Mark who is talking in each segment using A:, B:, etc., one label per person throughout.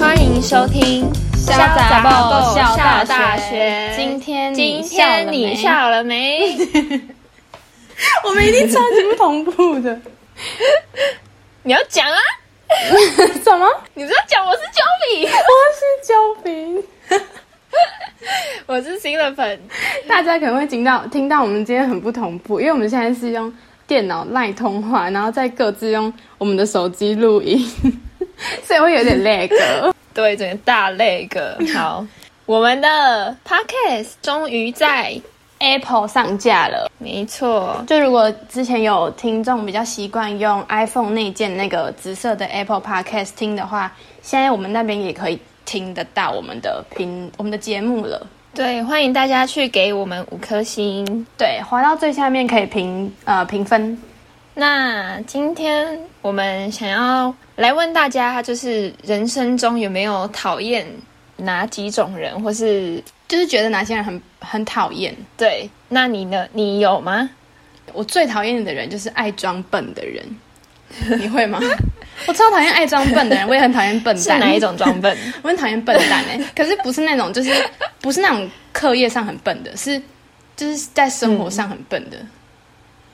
A: 欢迎收听《
B: 潇洒报
A: 笑
B: 笑
A: 大
B: 大
A: 学
B: 学》。
A: 今天
B: 今
A: 今
B: 天
A: 天
B: 你
A: 你笑了没？
B: 我们一定超级不同步的。
A: 你要讲啊！
B: 什么？我
A: 你不要讲，我是 Joey，
B: 是焦饼。
A: 我是新的粉。
B: 大家可能会听到听到我们今天很不同步，因为我们现在是用电脑赖通话，然后再各自用我们的手机录音， 所以会有点 lag。
A: 对，整个大类个。好，我们的 Podcast 终于在，
B: Apple 上架了，
A: 没错，
B: 就如果之前有听众比较习惯用 iPhone 内建那个紫色的 Apple Podcast 听的话，现在我们那边也可以听得到我们的频我们的节目了。
A: 对，欢迎大家去给我们五颗星。
B: 对，滑到最下面可以评呃评分。
A: 那今天我们想要来问大家，就是人生中有没有讨厌哪几种人，或是
B: 就是觉得哪些人很很讨厌。
A: 对？那你呢？你有吗？
B: 我最讨厌的人就是爱装笨 的人，你会吗？我超讨厌爱装笨的人，我也很讨厌笨
A: 是
B: 蛋。
A: 哪一？种装笨？
B: 我很讨厌笨蛋哎、可是不是那种，就是不是那种课业上很笨的，是就是在生活上很笨的。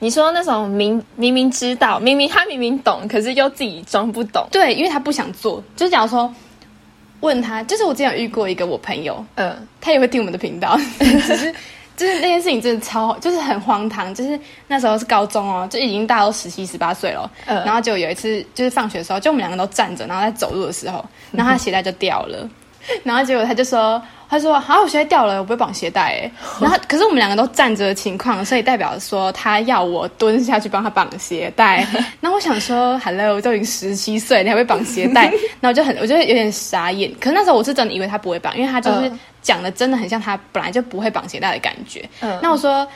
A: 你说那种明明明知道，明明他明明懂，可是又自己装不懂。
B: 对，因为他不想做。就是假如说问他，就是我之前有遇过一个我朋友，
A: 嗯、
B: 他也会听我们的 频道，只是就是那件事情真的超，就是很荒唐。就是那时候是高中哦，就已经大家都十七、十八岁了。哦
A: 嗯
B: 然后就有一次，就是放学的时候，就我们两个都站着，然后在走路的时候，然后他鞋带就掉了， 然后结果他就说。他说：“好、我鞋带掉了，我不会绑鞋带。”哎，然后可是我们两个都站着的情况，所以代表说他要我蹲下去帮他绑鞋 带。那我想说，Hello，都已经十七岁，你还会绑鞋带？那我就很，我就有点傻眼。可是那时候我是真的以为他不会绑，因为他就是
A: 嗯
B: 讲的真的很像他本来就不会绑鞋带的感觉。
A: 嗯
B: 那我说。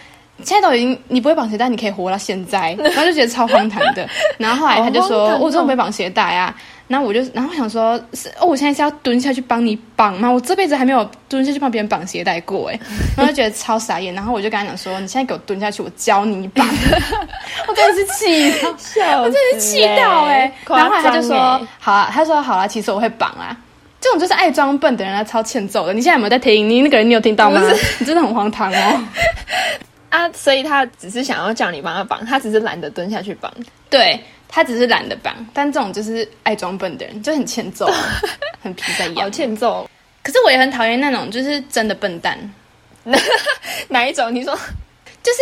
B: 现在都已经你不会绑鞋带，你可以活到现 在，然后就觉得超荒唐的。然后后来他就
A: 好荒
B: 说：“
A: 唐哦
B: 我怎么没绑鞋带啊？”然后我就，然后我想说：“是哦，我现在是要蹲下去帮你绑吗？我这辈子还没有蹲下去帮别人绑鞋带过 哎。”然后就觉得超傻眼。然后我就跟他讲说：“你现在给我蹲下去，我教你 绑。”我真的是气到，
A: 笑
B: 我真的是气到哎、
A: 欸
B: 然后后来他就说：“好啊，他说好啦，其实我会绑啊。”这种就是爱装笨的人啊，超欠揍的。你现在有没有在听？你那个人你有听到吗
A: 不？
B: 你真的很荒唐哦。
A: 啊，所以他只是想要叫你帮他绑，他只是懒得蹲下去绑。
B: 对他只是懒得绑，但这种就是爱装笨的人，就很欠揍啊， 很皮在
A: 好
B: 痒。
A: 欠揍，哦
B: 可是我也很讨厌那种就是真的笨蛋，
A: 哪一种？你说
B: 就是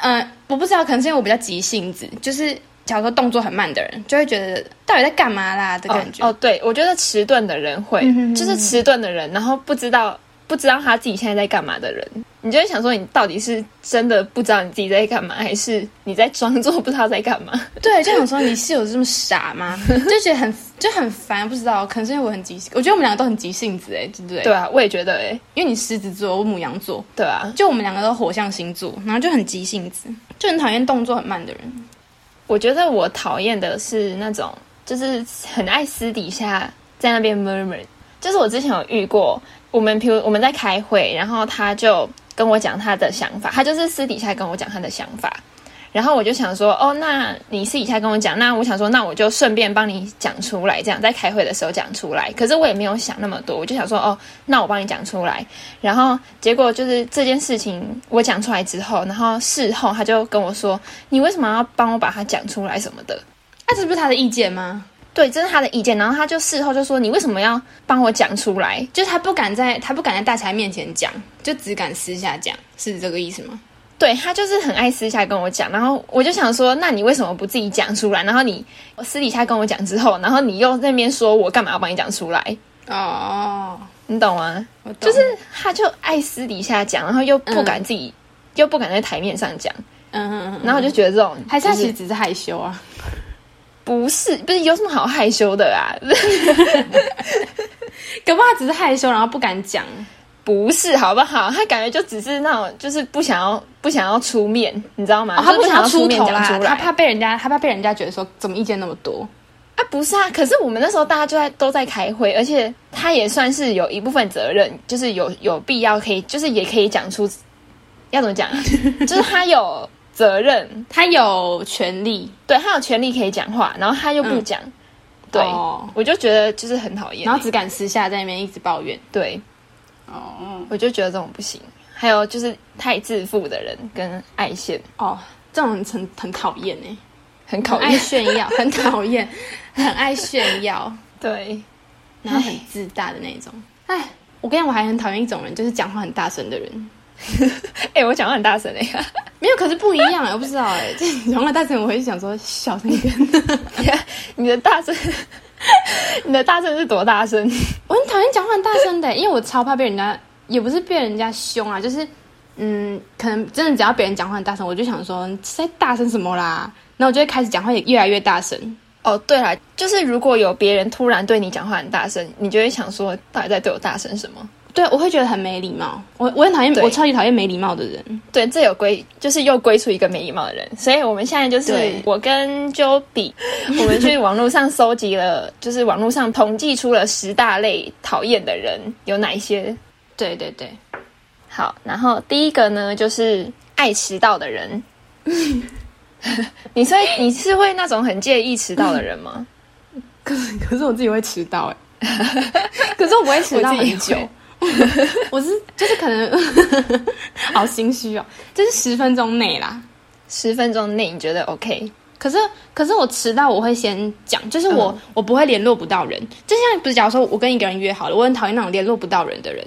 B: 呃，我不知道，可能是因为我比较急性子，就是假如说动作很慢的人，就会觉得到底在干嘛啦的感觉。
A: 哦，哦对，我觉得迟钝的人会，
B: 嗯哼哼
A: 就是迟钝的人，然后不知道不知道他自己现在在干嘛的人，你就会想说，你到底是真的不知道你自己在干嘛，还是你在装作不知道在干嘛？
B: 对，就想说你是有这么傻 吗？就觉得很就很烦，不知道，可能是因为我很急性，我觉得我们两个都很急性子，哎，对不对？
A: 对，啊，我也觉得、欸，哎，
B: 因为你狮子座，我母羊座，
A: 对啊，
B: 就我们两个都火象星座，然后就很急性子，就很讨厌动作很慢的人。
A: 我觉得我讨厌的是那种，就是很爱私底下在那边 murmur。就是我之前有遇过，我们譬如我们在开会，然后他就跟我讲他的想法，他就是私底下跟我讲他的想法，然后我就想说，哦，那你私底下跟我讲，那我想说，那我就顺便帮你讲出来，这样在开会的时候讲出来。可是我也没有想那么多，我就想说，哦，那我帮你讲出来。然后结果就是这件事情我讲出来之后，然后事后他就跟我说，你为什么要帮我把它讲出来什么的？
B: 那、啊这不是他的意见吗？
A: 对，这是他的意见。然后他就事后就说，你为什么要帮我讲出来？
B: 就是他不敢在他不敢在大家面前讲，就只敢私下讲，是这个意思吗？
A: 对他就是很爱私下跟我讲，然后我就想说，那你为什么不自己讲出来？然后你私底下跟我讲之后，然后你又在那边说我干嘛要帮你讲出来？
B: 哦，
A: 你懂吗？
B: 我懂，
A: 就是他就爱私底下讲，然后又不敢自己，又不敢在台面上讲，
B: 嗯嗯嗯，
A: 然后我就觉得这种
B: 还是他
A: 就
B: 其实只是害羞啊。
A: 不是不是有什么好害羞的啊？
B: 搞不好他只是害羞，然后不敢讲。
A: 不是，好不好？他感觉就只是那种，就是不想要不想要出面，你知道吗？
B: 哦，他
A: 就是不
B: 想
A: 想
B: 要
A: 出
B: 出
A: 面
B: 头
A: 讲
B: 啦，
A: 出来。
B: 他怕被人家，他怕被人家觉得说怎么意见那么多。
A: 啊，不是啊，可是我们那时候大家就在都在开会，而且他也算是有一部分责任， 就是有有必要可以，就是也可以讲出要怎么讲啊，就是他有责任，
B: 他有权利，
A: 对他有权利可以讲话，然后他又不讲，对、
B: 嗯哦
A: 我就觉得就是很讨厌欸
B: 然。后只敢私下在那边一直抱怨。
A: 对，
B: 哦
A: 我就觉得这种不行。还有就是太自负的人跟爱现
B: 哦，这种很很讨厌哎，
A: 很
B: 很
A: 讨
B: 爱
A: 厌，
B: 炫耀， 很讨厌，很爱炫耀，
A: 对，
B: 然后很自大的那种。哎，我跟你讲，我还很讨厌一种人，就是讲话很大声的人。
A: 哎、我讲话很大声哎、欸。
B: 没有，可是不一样哎，我不知道哎。 这讲话大声，我会想说小声一点。
A: 你的大声，你的大声是多大声？
B: 我很讨厌讲话很大声的，因为我超怕被人家，也不是被人家凶啊，就是嗯，可能真的只要别人讲话很大声，我就想说你在大声什么啦，然后我就会开始讲话也越来越大声。
A: 哦，对了，就是如果有别人突然对你讲话很大声，你就会想说，到底在对我大声什么？
B: 对，我会觉得很没礼貌。我我很讨厌，
A: 对
B: 我超级讨厌没礼貌的人。
A: 对，这有归，就是又归出一个没礼貌的人。所以我们现在就是
B: 对
A: 我跟 Joe 比，我们去网络上搜集了，就是网络上统计出了十大类讨厌的人有哪一些。
B: 对对对，
A: 好，然后第一个呢就是爱迟到的人。 你所以你是会那种很介意迟到的人吗？
B: 可是可是我自己会迟到哎、可是 我不会迟到
A: 我自己
B: 很久
A: 会。
B: 我是就是可能 好心虚哦，就是十分钟内啦。
A: 十分钟内你觉得 OK？
B: 可是，可是我迟到，我会先讲，就是我、
A: 嗯
B: 我不会联络不到人。就像比如假如说我跟一个人约好了，我很讨厌那种联络不到人的人。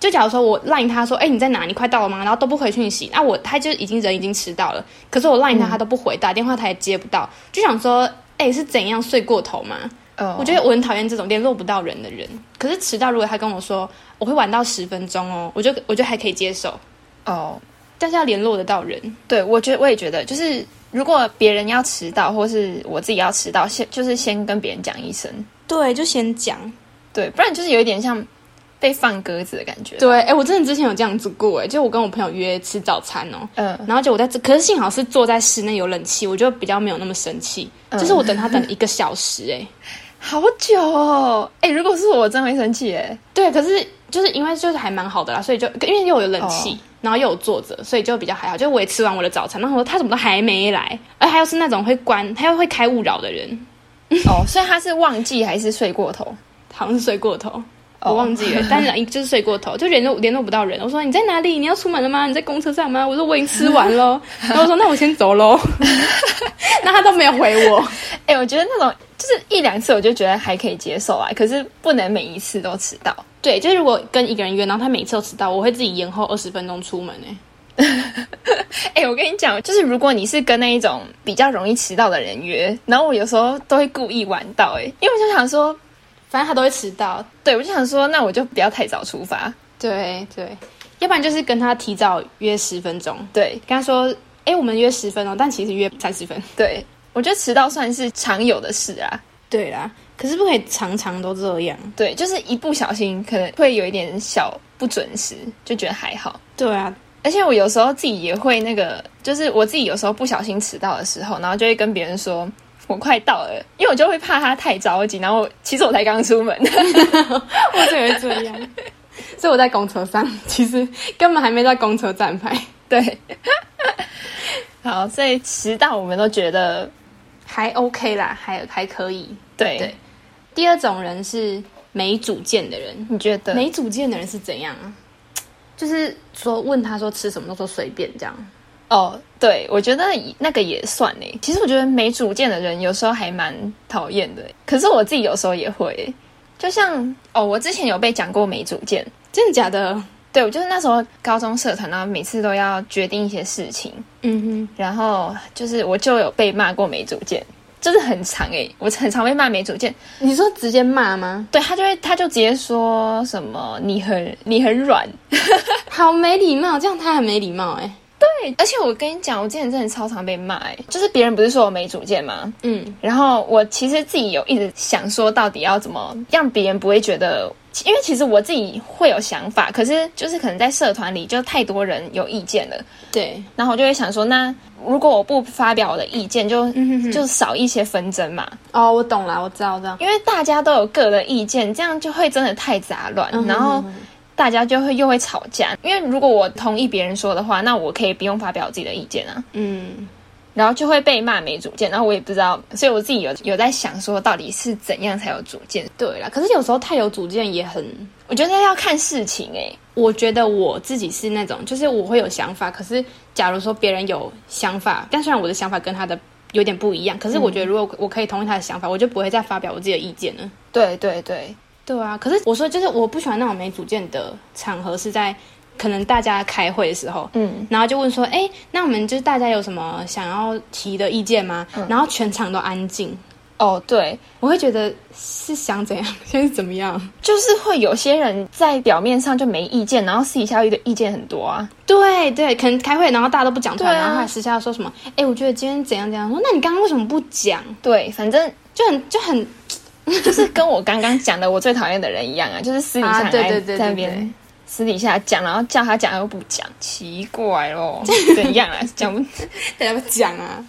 B: 就假如说我赖他说，哎、你在哪？你快到了吗？然后都不回讯息，那、我他就已经人已经迟到了，可是我赖他，他都不回，打电话他也接不到，就想说，哎、是怎样睡过头吗？
A: 哦
B: 我觉得我很讨厌这种联络不到人的人。可是迟到，如果他跟我说我会晚到十分钟哦，我就我就还可以接受，
A: 哦，
B: 但是要联络得到人。
A: 对，我觉得我也觉得，就是如果别人要迟到，或是我自己要迟到，先就是先跟别人讲一声，
B: 对，就先讲。
A: 对，不然就是有一点像被放鸽子的感觉。，
B: 对，哎、我真的之前有这样子过，哎，就我跟我朋友约吃早餐哦、
A: 嗯、
B: 然后就我在这，可是幸好是坐在室内有冷气，我就比较没有那么生气。
A: 嗯
B: 就是我等他等一个小时，哎，
A: 好久哦，哎、如果是我，我真会生气 哎。
B: 对，可是就是因为就是还蛮好的啦，所以就因为又有冷气。
A: 哦
B: 然后又有坐着，所以就比较还好。就我也吃完我的早餐，然后我说他怎么都还没来，而他又是那种会关，他又会开勿扰的人，
A: 哦，所以他是忘记还是睡过头？
B: 好像是睡过头，
A: 哦
B: 我忘记 了，但是就是睡过头，就联络联络不到人。我说你在哪里？你要出门了吗？你在公车上吗？我说我已经吃完 喽。然后我说那我先走 喽。那他都没有回 我。
A: 哎、我觉得那种就是一两次我就觉得还可以接受啊，可是不能每一次都迟到。
B: 对，就是如果跟一个人约，然后他每次都迟到，我会自己延后二十分钟出门诶、欸
A: 哎、我跟你讲，就是如果你是跟那一种比较容易迟到的人约，然后我有时候都会故意晚到、哎，因为我就想说，
B: 反正他都会迟到。
A: 对我就想说，那我就不要太早出发。
B: 对对，要不然就是跟他提早约十分钟，
A: 对
B: 跟他说，哎、我们约十分哦，但其实约三十分。
A: 对，我觉得迟到算是常有的事啊。
B: 对啦，可是不可以常常都这样。
A: 对，就是一不小心可能会有一点小不准时，就觉得还好。
B: 对啊，
A: 而且我有时候自己也会那个，就是我自己有时候不小心迟到的时候，然后就会跟别人说我快到了，因为我就会怕他太着急，然后其实我才刚出 门。
B: 我就会这样。所以我在公车上，其实根本还没到公车站牌，
A: 对， 好，所以迟到我们都觉得
B: 还 OK 啦，还还可以。
A: 对，
B: 对第二种人是没主见的人，
A: 你觉得
B: 没主见的人是怎样啊？就是说问他说吃什么都说随便这样。
A: 哦？对，我觉得那个也算诶。其实我觉得没主见的人有时候还蛮讨厌的，可是我自己有时候也会欸，就像哦，我之前有被讲过没主见，
B: 真的假的？
A: 对我就是那时候高中社团，然后每次都要决定一些事情，
B: 嗯
A: 然后就是我就有被骂过没主见，就是很常诶、我很常被骂没主见。
B: 哼，你说直接骂吗？
A: 对他就会他就直接说什么你很你很软，
B: 好没礼貌，这样他很没礼貌哎、
A: 对，而且我跟你讲，我之前真的超常被骂、欸，就是别人不是说我没主见吗？
B: 嗯，
A: 然后我其实自己有一直想说，到底要怎么让别人不会觉得，因为其实我自己会有想法，可是就是可能在社团里就太多人有意见了，
B: 对，
A: 然后我就会想说，那如果我不发表我的意见，就、
B: 嗯哼哼
A: 就少一些纷争嘛，
B: 哦，我懂啦，我知道，我知道。嗯
A: 因为大家都有各的意见，这样就会真的太杂乱，然后。大家就会又会吵架。因为如果我同意别人说的话，那我可以不用发表自己的意见啊，
B: 嗯，
A: 然后就会被骂没主见，然后我也不知道，所以我自己有有在想说，到底是怎样才有主见？
B: 对啦。可是有时候太有主见也很
A: 我觉得要看事情欸诶、
B: 我觉得我自己是那种，就是我会有想法，可是假如说别人有想法，但虽然我的想法跟他的有点不一样，可是我觉得如果我可以同意他的想法，我就不会再发表我自己的意见了。
A: 对对对，
B: 对啊，可是我说就是我不喜欢那种没主见的场合，是在可能大家开会的时候，
A: 嗯，
B: 然后就问说，哎，那我们就是大家有什么想要提的意见吗？然后全场都安静，
A: 哦对，
B: 我会觉得是想怎样， 现在是怎么样？
A: 就是会有些人在表面上就没意见，然后私底下的意见很多啊。
B: 对对，可能开会，然后大家都不讲出来，
A: 对啊
B: 然后还私下说什么？哎，我觉得今天怎样怎样。我说那你刚刚为什么不讲？
A: 对，反正
B: 就很就很
A: 就是跟我刚刚讲的我最讨厌的人一样 啊，就是私底下
B: 啊
A: 很爱
B: 对对
A: 在
B: 对对
A: 那
B: 对
A: 边私底下讲，然后叫他讲又不讲，奇怪 咯，怎样啊？讲不
B: 大家不讲啊。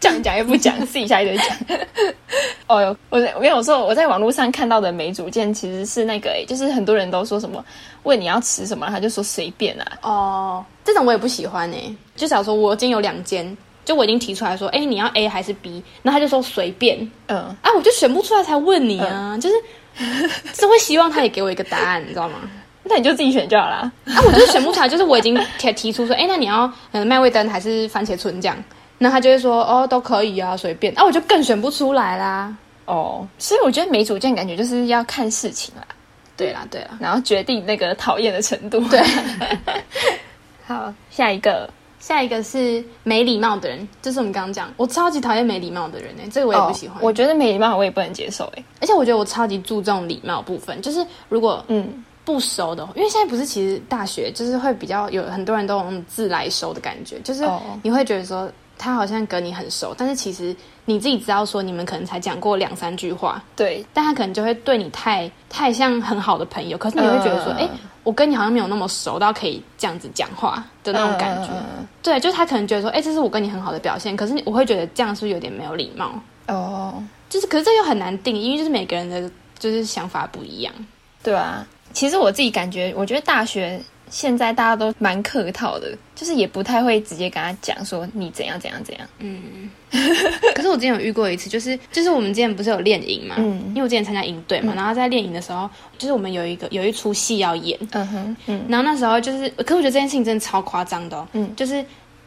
A: 叫你讲又不讲，私底下一直讲。 哦哟，我在我跟我说，我在网络上看到的没主见其实是那个、欸，就是很多人都说什么问你要吃什么，然后他就说随便啊，
B: 哦，这种我也不喜欢哎、就假如说我已经有两间，就我已经提出来说，哎，你要 A 还是 B？然后他就说随便
A: 嗯，
B: 啊，我就选不出来才问你啊，就是是会希望他也给我一个答案，你知道吗？
A: 那你就自己选就好啦。
B: 啊，我就是选不出来，就是我已经提提出说，哎，那你要嗯麦味登还是番茄春酱？那他就会说，哦，都可以啊，随便。啊，我就更选不出来啦。
A: 哦，所以我觉得没主见感觉就是要看事情啦，
B: 对啦，对啦，
A: 然后决定那个讨厌的程度。
B: 对。好，
A: 下一个
B: 下一个是没礼貌的人，就是我们刚刚讲，我超级讨厌没礼貌的人呢、欸这个我
A: 我
B: 也不喜欢。
A: 哦我觉得没礼貌我也不能接受哎、欸
B: 而且我觉得我超级注重礼貌部分，就是如果
A: 嗯。
B: 不熟的，因为现在不是其实大学就是会比较有很多人都有那种自来熟的感觉，就是
A: 哦
B: 你会觉得说他好像跟你很熟，但是其实你自己知道说你们可能才讲过两三句话，
A: 对，
B: 但他可能就会对你太太像很好的朋友，可是你会觉得说，
A: 嗯
B: 哎、我跟你好像没有那么熟到可以这样子讲话的那种感觉。
A: 嗯
B: 对，就是他可能觉得说，哎、这是我跟你很好的表现，可是你我会觉得这样是不是有点没有礼貌？
A: 哦，
B: 就是，可是这又很难定义，因为就是每个人的就是想法不一样。
A: 对啊。其实我自己感觉，我觉得大学现在大家都蛮客套的，就是也不太会直接跟他讲说你怎样怎样怎样。
B: 可是我之前有遇过一次，就是就是我们之前不是有练营嘛，
A: 嗯
B: 因为我之前参加营队嘛，然后在练营的时候，就是我们有一个有一出戏要演，
A: 嗯哼，嗯
B: 然后那时候就是，可是我觉得这件事情真的超夸张的、哦，
A: 嗯
B: 就是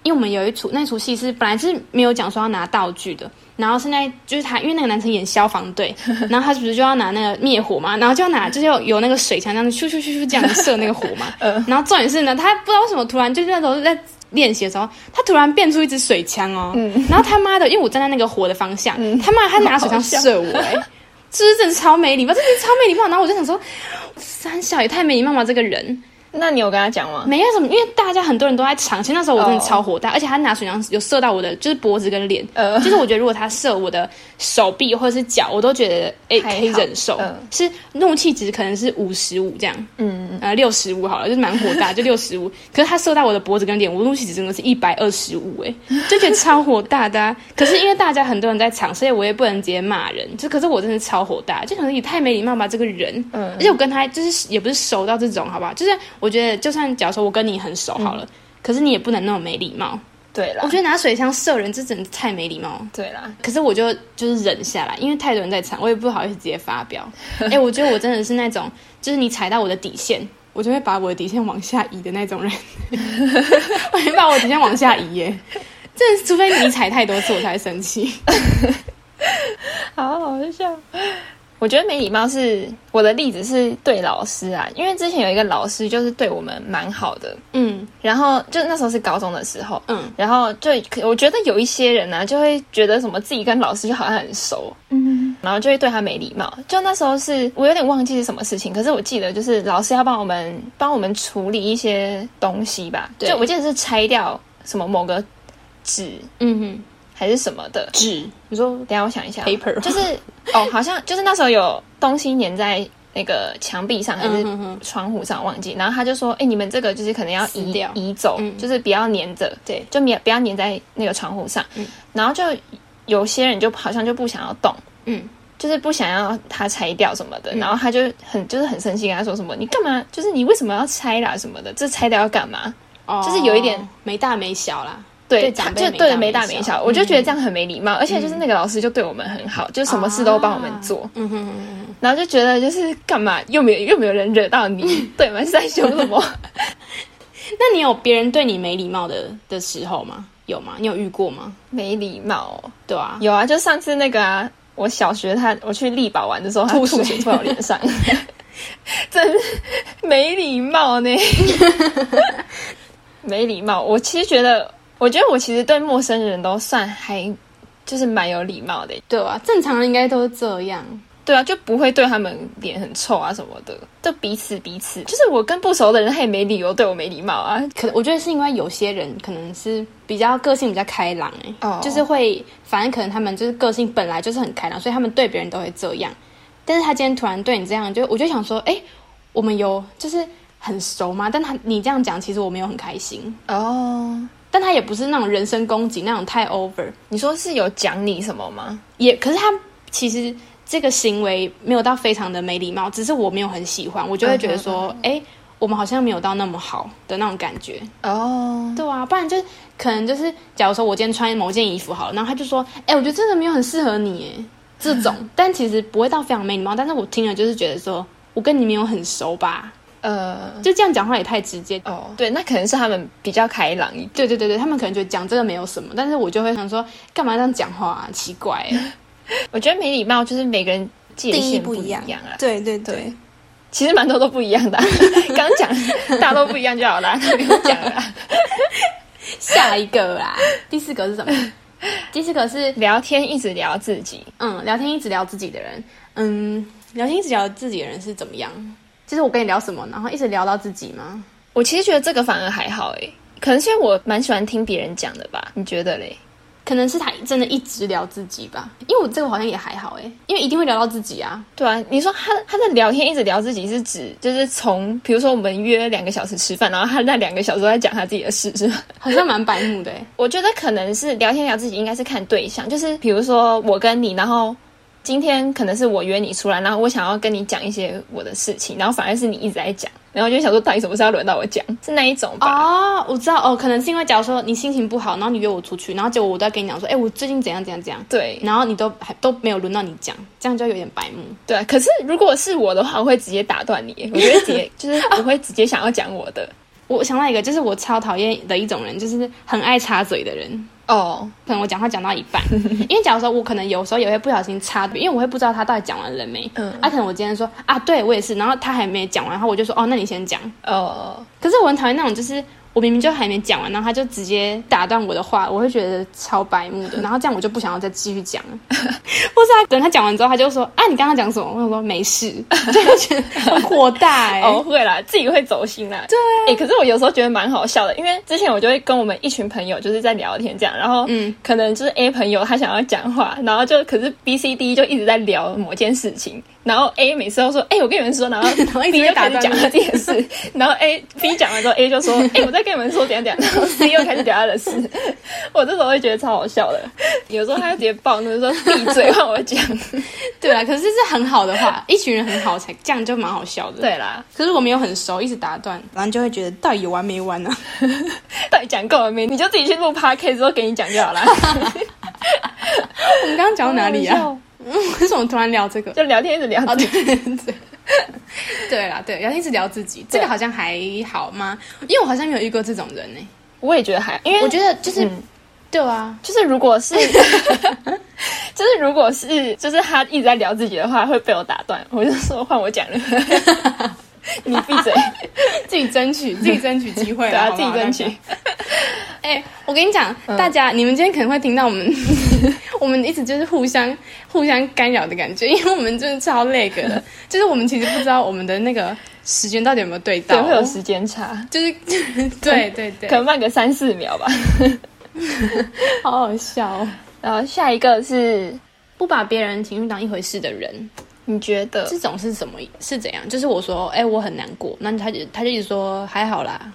B: 因为我们有一出那出戏是本来是没有讲说要拿道具的，然后现在就是他，因为那个男生演消防队，然后他是不是就要拿那个灭火嘛，然后就要拿就是有有那个水枪这样咻咻咻咻这样射那个火嘛，然后重点是呢，他不知道为什么突然就是那时候在。练习的时候，他突然变出一支水枪哦，然后他妈的，因为我站在那个火的方向，他妈他拿水枪射我、 哎，这是真的超没礼貌，这是超没礼貌。然后我就想说，三小也太没礼貌了，这个人。
A: 那你有跟他讲吗？
B: 没有什么，因为大家很多人都在抢，其实那时候我真的
A: 哦
B: 超火大而且他拿水枪有射到我的就是脖子跟脸
A: 呃
B: 就是我觉得如果他射我的手臂或者是脚，我都觉得哎、
A: 还好
B: 可以忍受
A: 嗯
B: 是怒气值可能是五十五这样，
A: 嗯，
B: 呃六十五好了，就是蛮火大，就六十五。可是他射到我的脖子跟脸，我怒气值真的是一百二十五，哎，就觉得超火大的、啊。可是因为大家很多人在抢，所以我也不能直接骂人，就可是我真的超火大，就可能也太没礼貌吧，这个人。
A: 嗯
B: 而且我跟他就是也不是熟到这种，好不好？就是我觉得，就算假如说我跟你很熟好了，可是你也不能那么没礼貌。
A: 对啦
B: 嗯我，觉得拿水枪射人，这真的太没礼貌了。
A: 对啦，
B: 可是我就就是忍下来，因为太多人在抢，我也不好意思直接发 表。哎、我觉得我真的是那种，就是你踩到我的底线，我就会把我的底线往下移的那种 人。我会把我的底线往下移耶，真的，除非你踩太多次，我才会生气。
A: 好好笑。我觉得没礼貌是我的例子是对老师啊，因为之前有一个老师就是对我们蛮好的，
B: 嗯
A: 然后就那时候是高中的时候，
B: 嗯
A: 然后就可我觉得有一些人呢、啊，就会觉得什么自己跟老师就好像很熟，
B: 嗯，
A: 然后就会对他没礼貌。就那时候是我有点忘记是什么事情，可是我记得就是老师要帮我们帮我们处理一些东西吧，
B: 对
A: 就我记得是拆掉什么某个纸
B: 嗯哼，
A: 还是什么的。
B: 纸，你说
A: 等一下我想一下啊
B: Paper
A: 就是哦，好像就是那时候有东西粘在那个墙壁上还
B: 嗯
A: 是
B: 哼哼
A: 窗户上，忘记。然后他就说：“哎、你们这个就是可能要
B: 撕
A: 移
B: 掉
A: 移走，
B: 嗯
A: 就是不要粘着，
B: 对
A: 就免不要
B: 嗯
A: 粘在那个窗户上。然后就有些人就好像就不想要动，
B: 嗯
A: 就是不想要他拆掉什么的，然后他就很就是很生气，跟他说什么你干嘛？就是你为什么要拆啦什么的？这拆掉要干嘛？
B: 哦
A: 就是有一点
B: 没大没小啦。
A: 对，
B: 长
A: 他
B: 辈
A: 就对
B: 没
A: 没
B: 大
A: 大
B: 没
A: 没
B: 小嗯
A: 小，我就觉得这样很没礼貌，而且就是那个老师就对我们很好，就什么事都帮我们做，
B: 嗯哼嗯哼，
A: 然后就觉得就是干嘛又没有又没有人惹到 你，对吗？是在凶什么？
B: 嗯那你有别人对你没礼貌的的时候吗？有吗？你有遇过吗？
A: 没礼貌哦、
B: 对啊，
A: 有啊，就上次那个啊，我小学他我去力宝玩的时候，他
B: 吐
A: 吐
B: 水
A: 血吐到我脸上， 真是没礼貌 呢，没礼貌。我其实觉得，我觉得我其实对陌生人都算还就是蛮有礼貌的，
B: 对啊，正常人应该都是这样。
A: 对啊，就不会对他们脸很臭啊什么的，就彼此彼此。就是我跟不熟的人，他也没理由对我没礼貌啊。
B: 可我觉得是因为有些人可能是比较个性比较开朗、欸，
A: 哦
B: 就是会，反正可能他们就是个性本来就是很开朗，所以他们对别人都会这样。但是他今天突然对你这样，就我就想说，哎、我们有就是很熟吗？但他你这样讲，其实我没有很开心。
A: 哦，
B: 但他也不是那种人身攻击那种太 over，
A: 你说是有讲你什么吗？
B: 也可是他其实这个行为没有到非常的没礼貌，只是我没有很喜欢，我就会觉得说，哎、我们好像没有到那么好的那种感觉。
A: 哦，
B: 对啊，不然就可能就是，假如说我今天穿某件衣服好了，然后他就说，哎、我觉得真的没有很适合你，哎，这种， 但其实不会到非常没礼貌，但是我听了就是觉得说，我跟你没有很熟吧，
A: 呃，
B: 就这样讲话也太直接。
A: 哦，对，那可能是他们比较开朗一点。
B: 对对对对，他们可能觉得讲这个没有什么，但是我就会想说，干嘛这样讲话啊？奇怪欸，
A: 我觉得没礼貌就是每个人界
C: 定义
A: 限
C: 不
A: 一
C: 一样
A: 样啊，
C: 对对对，
A: 其实蛮多都不 一样的啊、刚讲大都不一样就好啦，都不用讲了啊。
B: 下一个啦， 第四个是什么？第四个是
A: 聊天一直聊自己，
B: 嗯，聊天一直聊自己的人，嗯，聊天一直聊自己的人是怎么样？就是我跟你聊什么，然后一直聊到自己吗？
A: 我其实觉得这个反而还好诶，可能是因为我蛮喜欢听别人讲的吧？你觉得嘞？
B: 可能是他真的一直聊自己吧，因为我这个好像也还好哎，因为一定会聊到自己啊。
A: 对啊，你说他他在聊天一直聊自己是指就是从比如说我们约两个小时吃饭，然后他那两个小时都在讲他自己的事是吗？
B: 好像蛮白目的 欸
A: 我觉得可能是聊天聊自己，应该是看对象，就是比如说我跟你，然后今天可能是我约你出来，然后我想要跟你讲一些我的事情，然后反而是你一直在讲，然后我就想说到底什么时候要轮到我讲，是那一种吧？
B: 哦，我知道哦，可能是因为假如说你心情不好，然后你约我出去，然后结果我都在跟你讲说，哎，我最近怎样怎样怎样，
A: 对
B: 然后你都还都没有轮到你讲，这样就有点白目。
A: 对，啊可是如果是我的话，我会直接打断你，我觉得直接就是我会直接想要讲我的
B: 我想到一个，就是我超讨厌的一种人，就是很爱插嘴的人。
A: 哦，
B: 可能我讲话讲到一 半，因为假如说我可能有时候也会不小心插，因为我会不知道他到底讲完了没。嗯
A: 嗯，
B: 啊，可能我今天说啊，对我也是，然后他还没讲完，然后我就说哦，那你先讲。
A: 哦，
B: 可是我很讨厌那种，就是我明明就还没讲完，然后他就直接打断我的话，我会觉得超白目 的。然后这样我就不想要再继续讲 了。或是他等他讲完之后，他就说啊，你刚刚讲什么？我想说没事， 就会觉得很火大哎、
A: 哦，会啦，自己会走心啦。对、啊，哎、可是我有时候觉得蛮好笑的，因为之前我就会跟我们一群朋友就是在聊天这样，然后
B: 嗯
A: 嗯，可能就是 A 朋友他想要讲话，然后就可是 B、C、D 就一直在聊某件事情，然后 A 每次都说，哎、我跟你们 说，然后
B: 后一直
A: B
B: 被
A: 就
B: 打
A: 开始
B: 断
A: 讲他自己的事，然后 A、B 讲完之后，A 就说，哎、我在跟你们说怎样怎样，然后 C 又开始讲他的事， 我这时候会觉得超好笑的，有时候他就直接暴怒说闭嘴，让我讲。
B: 对啊，可是这是很好的话，一群人很好才这样就蛮好笑 的。，
A: 对啦，
B: 可是我没有很熟，一直打断，然后就会觉得到底有完没完 呢、啊？
A: 到底讲够了没？你就自己去录 podcast 之后给你讲就好啦。
B: 我们刚刚讲到哪里
A: 好好
B: 啊？
A: 笑？
B: 为什么突然聊这个？
A: 就聊天一直聊
B: 啊，
A: 天。
B: 对对 对啦，对，聊天是聊自己，这个
A: 对
B: 好像还好吗？因为我好像没有遇过这种人欸呢、
A: 我也觉得还，因为
B: 我觉得就是，
A: 嗯
B: 对啊，
A: 就是如果 是，就是如果是，就是他一直在聊自己的话，会被我打断。我就说换我 讲了，你闭嘴，
B: 自己 争取，自己争取机会
A: 对
B: 啦，
A: 啊，
B: 好
A: 自
B: 不好
A: 己争取。。嗯
B: 哎、我跟你讲，大家，你们今天可能会听到我们， 我们一直就是互相互相干扰的感觉，因为我们真的超累个 的，就是我们其实不知道我们的那个时间到底有没有对
A: 对，
B: 到，
A: 会有时间差，
B: 就是 对对对
A: 可，能慢个三四秒吧。
B: 好好笑、哦。
A: 然后下一个是，
B: 不把别人情绪当一回事的人，
A: 你觉得
B: 这种是怎么是怎样？就是我说，哎、我很难过，那他就他就一直说还好啦，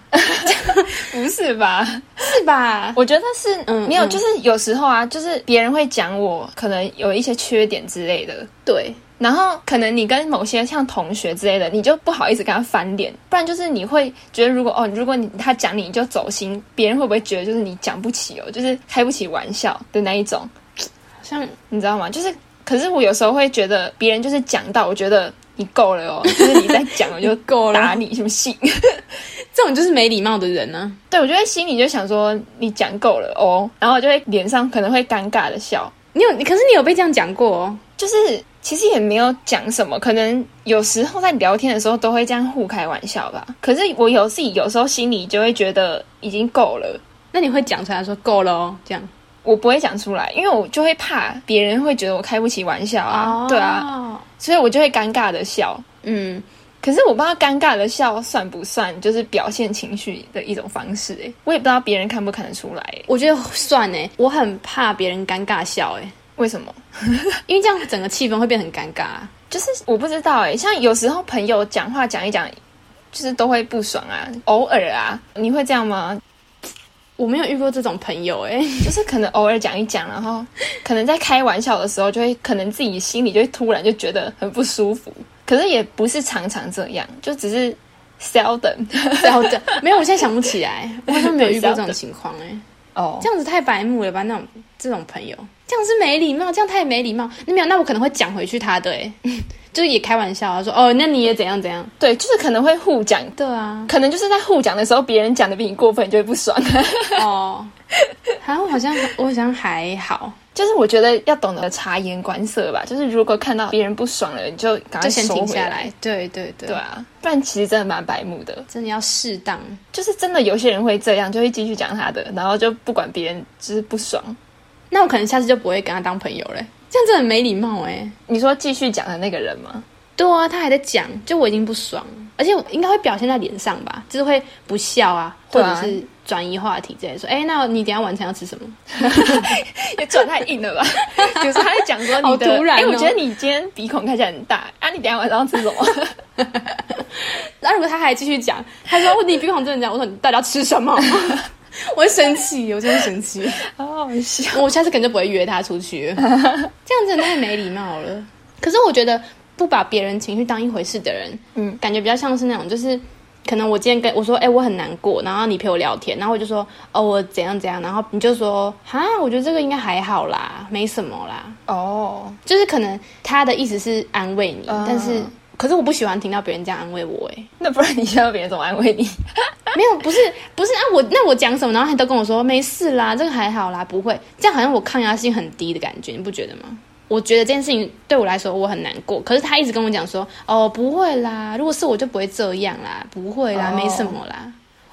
A: 不是吧？
B: 是吧？
A: 我觉得是，
B: 嗯
A: 没有，
B: 嗯
A: 就是有时候啊，就是别人会讲我可能有一些缺点之类的，
B: 对，
A: 然后可能你跟某些像同学之类的，你就不好意思跟他翻脸，不然就是你会觉得如果哦，如果你他讲你你就走心，别人会不会觉得就是你讲不起哦，就是开不起玩笑的那一种，
B: 好像
A: 你知道吗？就是，可是我有时候会觉得别人就是讲到，我觉得你够了哦，就是你再讲我就
B: 够了
A: 打你什么信？
B: 这种就是没礼貌的人啊呢、
A: 对，我就会心里就想说你讲够了哦，然后我就会脸上可能会尴尬的笑，
B: 你有，你可是你有被这样讲过哦？
A: 就是其实也没有讲什么，可能有时候在聊天的时候都会这样互开玩笑吧。可是我有自己有时候心里就会觉得已经够了，
B: 那你会讲出来说够了哦，这样
A: 我不会讲出来，因为我就会怕别人会觉得我开不起玩笑
B: 哦
A: 啊，对啊，，所以我就会尴尬的笑。
B: 嗯，
A: 可是我不知道尴尬的笑算不算就是表现情绪的一种方式、欸，我也不知道别人看不看得出来、欸
B: 我觉得算哎，我很怕别人尴尬笑哎，
A: 为什么？
B: 因为这样整个气氛会变得很尴尬、啊。
A: 就是我不知道哎、像有时候朋友讲话讲一讲，就是都会不爽啊，偶尔啊，你会这样吗？
B: 我没有遇过这种朋友 哎，
A: 就是可能偶尔讲一讲，然后可能在开玩笑的时候，就会可能自己心里就会突然就觉得很不舒服。可是也不是常常这样，就只是 seldom
B: 好的，没有，我现在想不起来，我好像没有遇过这种情况哎。
A: 哦
B: 这样子太白目了吧？那种这种朋友，这样是没礼貌，这样太没礼貌。那没有，那我可能会讲回去他的、欸， 就是也开玩笑啊，说哦，那你也怎样怎样。
A: 对，就是可能会互讲，
B: 对啊，
A: 可能就是在互讲的时候，别人讲的比你过分，你就会不爽。
B: 哦， 好像我好像我好像还好，
A: 就是我觉得要懂得察言观色吧，就是如果看到别人不爽了，你就赶
B: 就
A: 快
B: 先
A: 收
B: 停
A: 回
B: 下来。。对对对，
A: 对啊，不然其实真的蛮白目的。
B: 真的要适当。
A: 就是真的有些人会这样，就会继续讲他的，然后就不管别人，就是不爽。
B: 那我可能下次就不会跟他当朋友嘞、这样真的很没礼貌哎、
A: 你说继续讲的那个人吗？
B: 对啊，他还在讲，就我已经不爽了，而且我应该会表现在脸上吧，就是会不笑啊，或
A: 对
B: 者
A: 啊
B: 是转移话题之类的，说，哎、那你等一下晚餐要吃什么？
A: 也转太硬 了吧？有时候他会讲说
B: 好
A: 你的，
B: 突然哦
A: 哎、我觉得你今天鼻孔看起来很大啊，你等一下晚上要吃什 么？
B: 那如果他还继续讲，他说哦问你鼻孔真的讲，我说你到底要吃什么？ 我会生气，我真的会生气。
A: 好好笑。
B: 我下次可能就不会约他出去了，这样真的太没礼貌了。可是我觉得不把别人情绪当一回事的人，嗯
A: 嗯，
B: 感觉比较像是那种就是。可能我今天跟我说，哎、我很难过，然后你陪我聊天，然后我就说，哦，我怎样怎样，然后你就说，哈，我觉得这个应该还好啦，没什么啦，
A: 哦，
B: 就是可能他的意思是安慰你，
A: 嗯
B: 但是可是我不喜欢听到别人这样安慰我、哎，
A: 那不然你希望别人怎么安慰你？
B: 没有，不是不是啊，我那我讲什么，然后他都跟我说没事啦，这个还好啦，不会，这样好像我抗压性很低的感觉，你不觉得吗？我觉得这件事情对我来说我很难过，可是他一直跟我讲说，哦，不会啦，如果是我就不会这样啦，不会啦，
A: 哦
B: 没什么啦，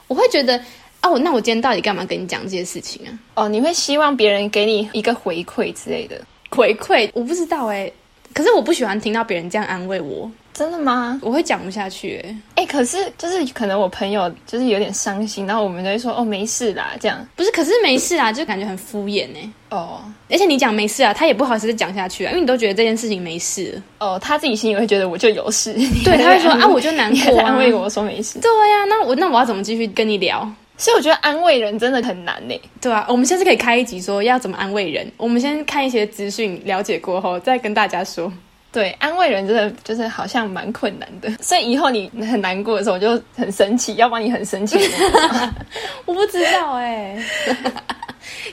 B: 我会觉得，哦，那我今天到底干嘛跟你讲这些事情啊？
A: 哦，你会希望别人给你一个回馈之类的，
B: 回馈我不知道哎、可是我不喜欢听到别人这样安慰我，
A: 真的吗？
B: 我会讲不下去哎、
A: 哎、可是就是可能我朋友就是有点伤心，然后我们就会说哦没事啦这样。
B: 不是，可是没事啦，就感觉很敷衍哎、
A: 哦
B: 而且你讲没事啊，他也不好意思再讲下去啊，因为你都觉得这件事情没事了。
A: 哦，他自己心里会觉得我就有事，
B: 对，他会说
A: 你还在安慰
B: 啊，我就难
A: 你还
B: 过、
A: 在
B: 啊，
A: 安慰。我说没事，
B: 对呀、那我那我要怎么继续跟你聊？
A: 所以我觉得安慰人真的很难欸呢。
B: 对啊，我们下次可以开一集说要怎么安慰人。我们先看一些资讯，了解过后再跟大家说。
A: 对，安慰人真的就是好像蛮困难的，所以以后你很难过的时候，我就很生气，要不然你很生气。
B: 我不知道
A: 欸
B: 哎、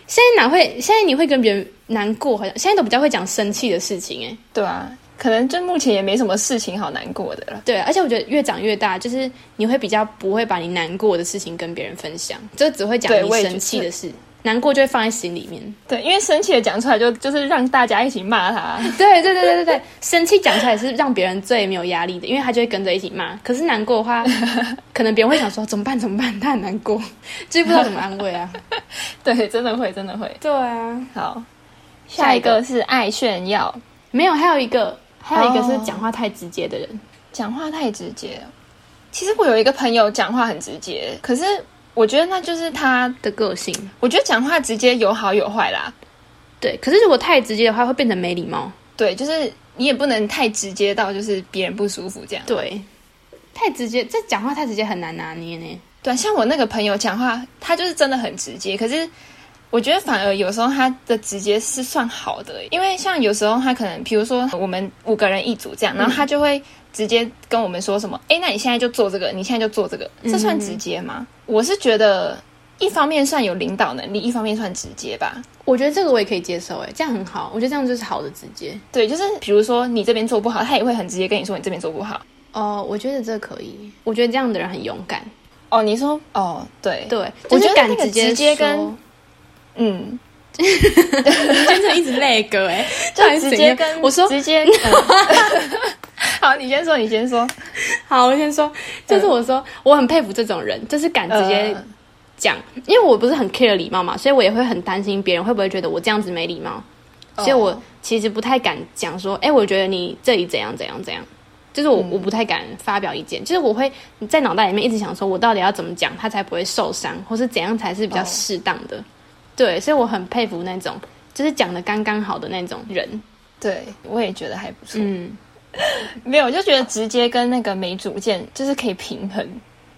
B: 现在哪会？现在你会跟别人难过，好像现在都比较会讲生气的事情哎、
A: 对啊，可能就目前也没什么事情好难过的了。
B: 对，而且我觉得越长越大，就是你会比较不会把你难过的事情跟别人分享，就只会讲
A: 对
B: 你
A: 我也觉
B: 生
A: 得
B: 气的事，难过就会放在心里面。
A: 对，因为生气的讲出来就就是让大家一起骂他。
B: 对对对对对对，生气讲出来是让别人最没有压力的，因为他就会跟着一起骂。可是难过的 话，可能别人会想说怎么办怎么办，他很难过，就是不知道怎么安慰啊。
A: 对，真的会，真的会。
B: 对啊，
A: 好，
B: 下
A: 下
B: 一
A: 一
B: 个
A: 个是爱炫耀，
B: 没有，还有一个还有一个是
A: 哦
B: 讲话太直接的人，
A: 讲话太直接了。其实我有一个朋友讲话很直接，可是我觉得那就是他，
B: 的个性。
A: 我觉得讲话直接有好有坏啦。
B: 对，可是如果太直接的话，会变成没礼貌。
A: 对，就是你也不能太直接到就是别人不舒服这样。
B: 对，太直接，这讲话太直接很难拿捏呢。
A: 对啊，像我那个朋友讲话，他就是真的很直接，可是我觉得反而有时候他的直接是算好的，因为像有时候他可能，比如说我们五个人一组这样，
B: 嗯
A: 然后他就会直接跟我们说什么，哎、那你现在就做这个，你现在就做这个，这算
B: 嗯
A: 直接吗？我是觉得一方面算有领导能力，一方面算直接吧。
B: 我觉得这个我也可以接受，哎，这样很好，我觉得这样就是好的直接。
A: 对，就是比如说你这边做不好，他也会很直接跟你说你这边做不好。
B: 哦，我觉得这可以，我觉得这样的人很勇敢。
A: 哦，你说哦，对，
B: 对，
A: 我觉得
B: 就是敢
A: 那个
B: 直接
A: 直接
B: 说
A: 跟嗯，
B: 真的一直累歌哎，到底
A: 就直
B: 是
A: 接
B: 怎样
A: 跟
B: 我说
A: 直 接。嗯 好，你先说，你先说。
B: 好，我先说，就是我说、我很佩服这种人，就是敢直接
A: 嗯呃
B: 讲，因为我不是很 care 礼貌嘛，所以我也会很担心别人会不会觉得我这样子没礼貌，所以我
A: 哦
B: 其实不太敢讲说，哎、我觉得你这里怎样怎样怎样，就是
A: 嗯
B: 我、我不太敢发表意见，就是我会在脑袋里面一直想说我到底要怎么讲，他才不会受伤，或是怎样才是比较
A: 哦
B: 适当的，对，所以我很佩服那种就是讲的刚刚好的那种人，
A: 对，我也觉得还不错。
B: 嗯。
A: 没有，我就觉得直接跟那个没主见就是可以平衡。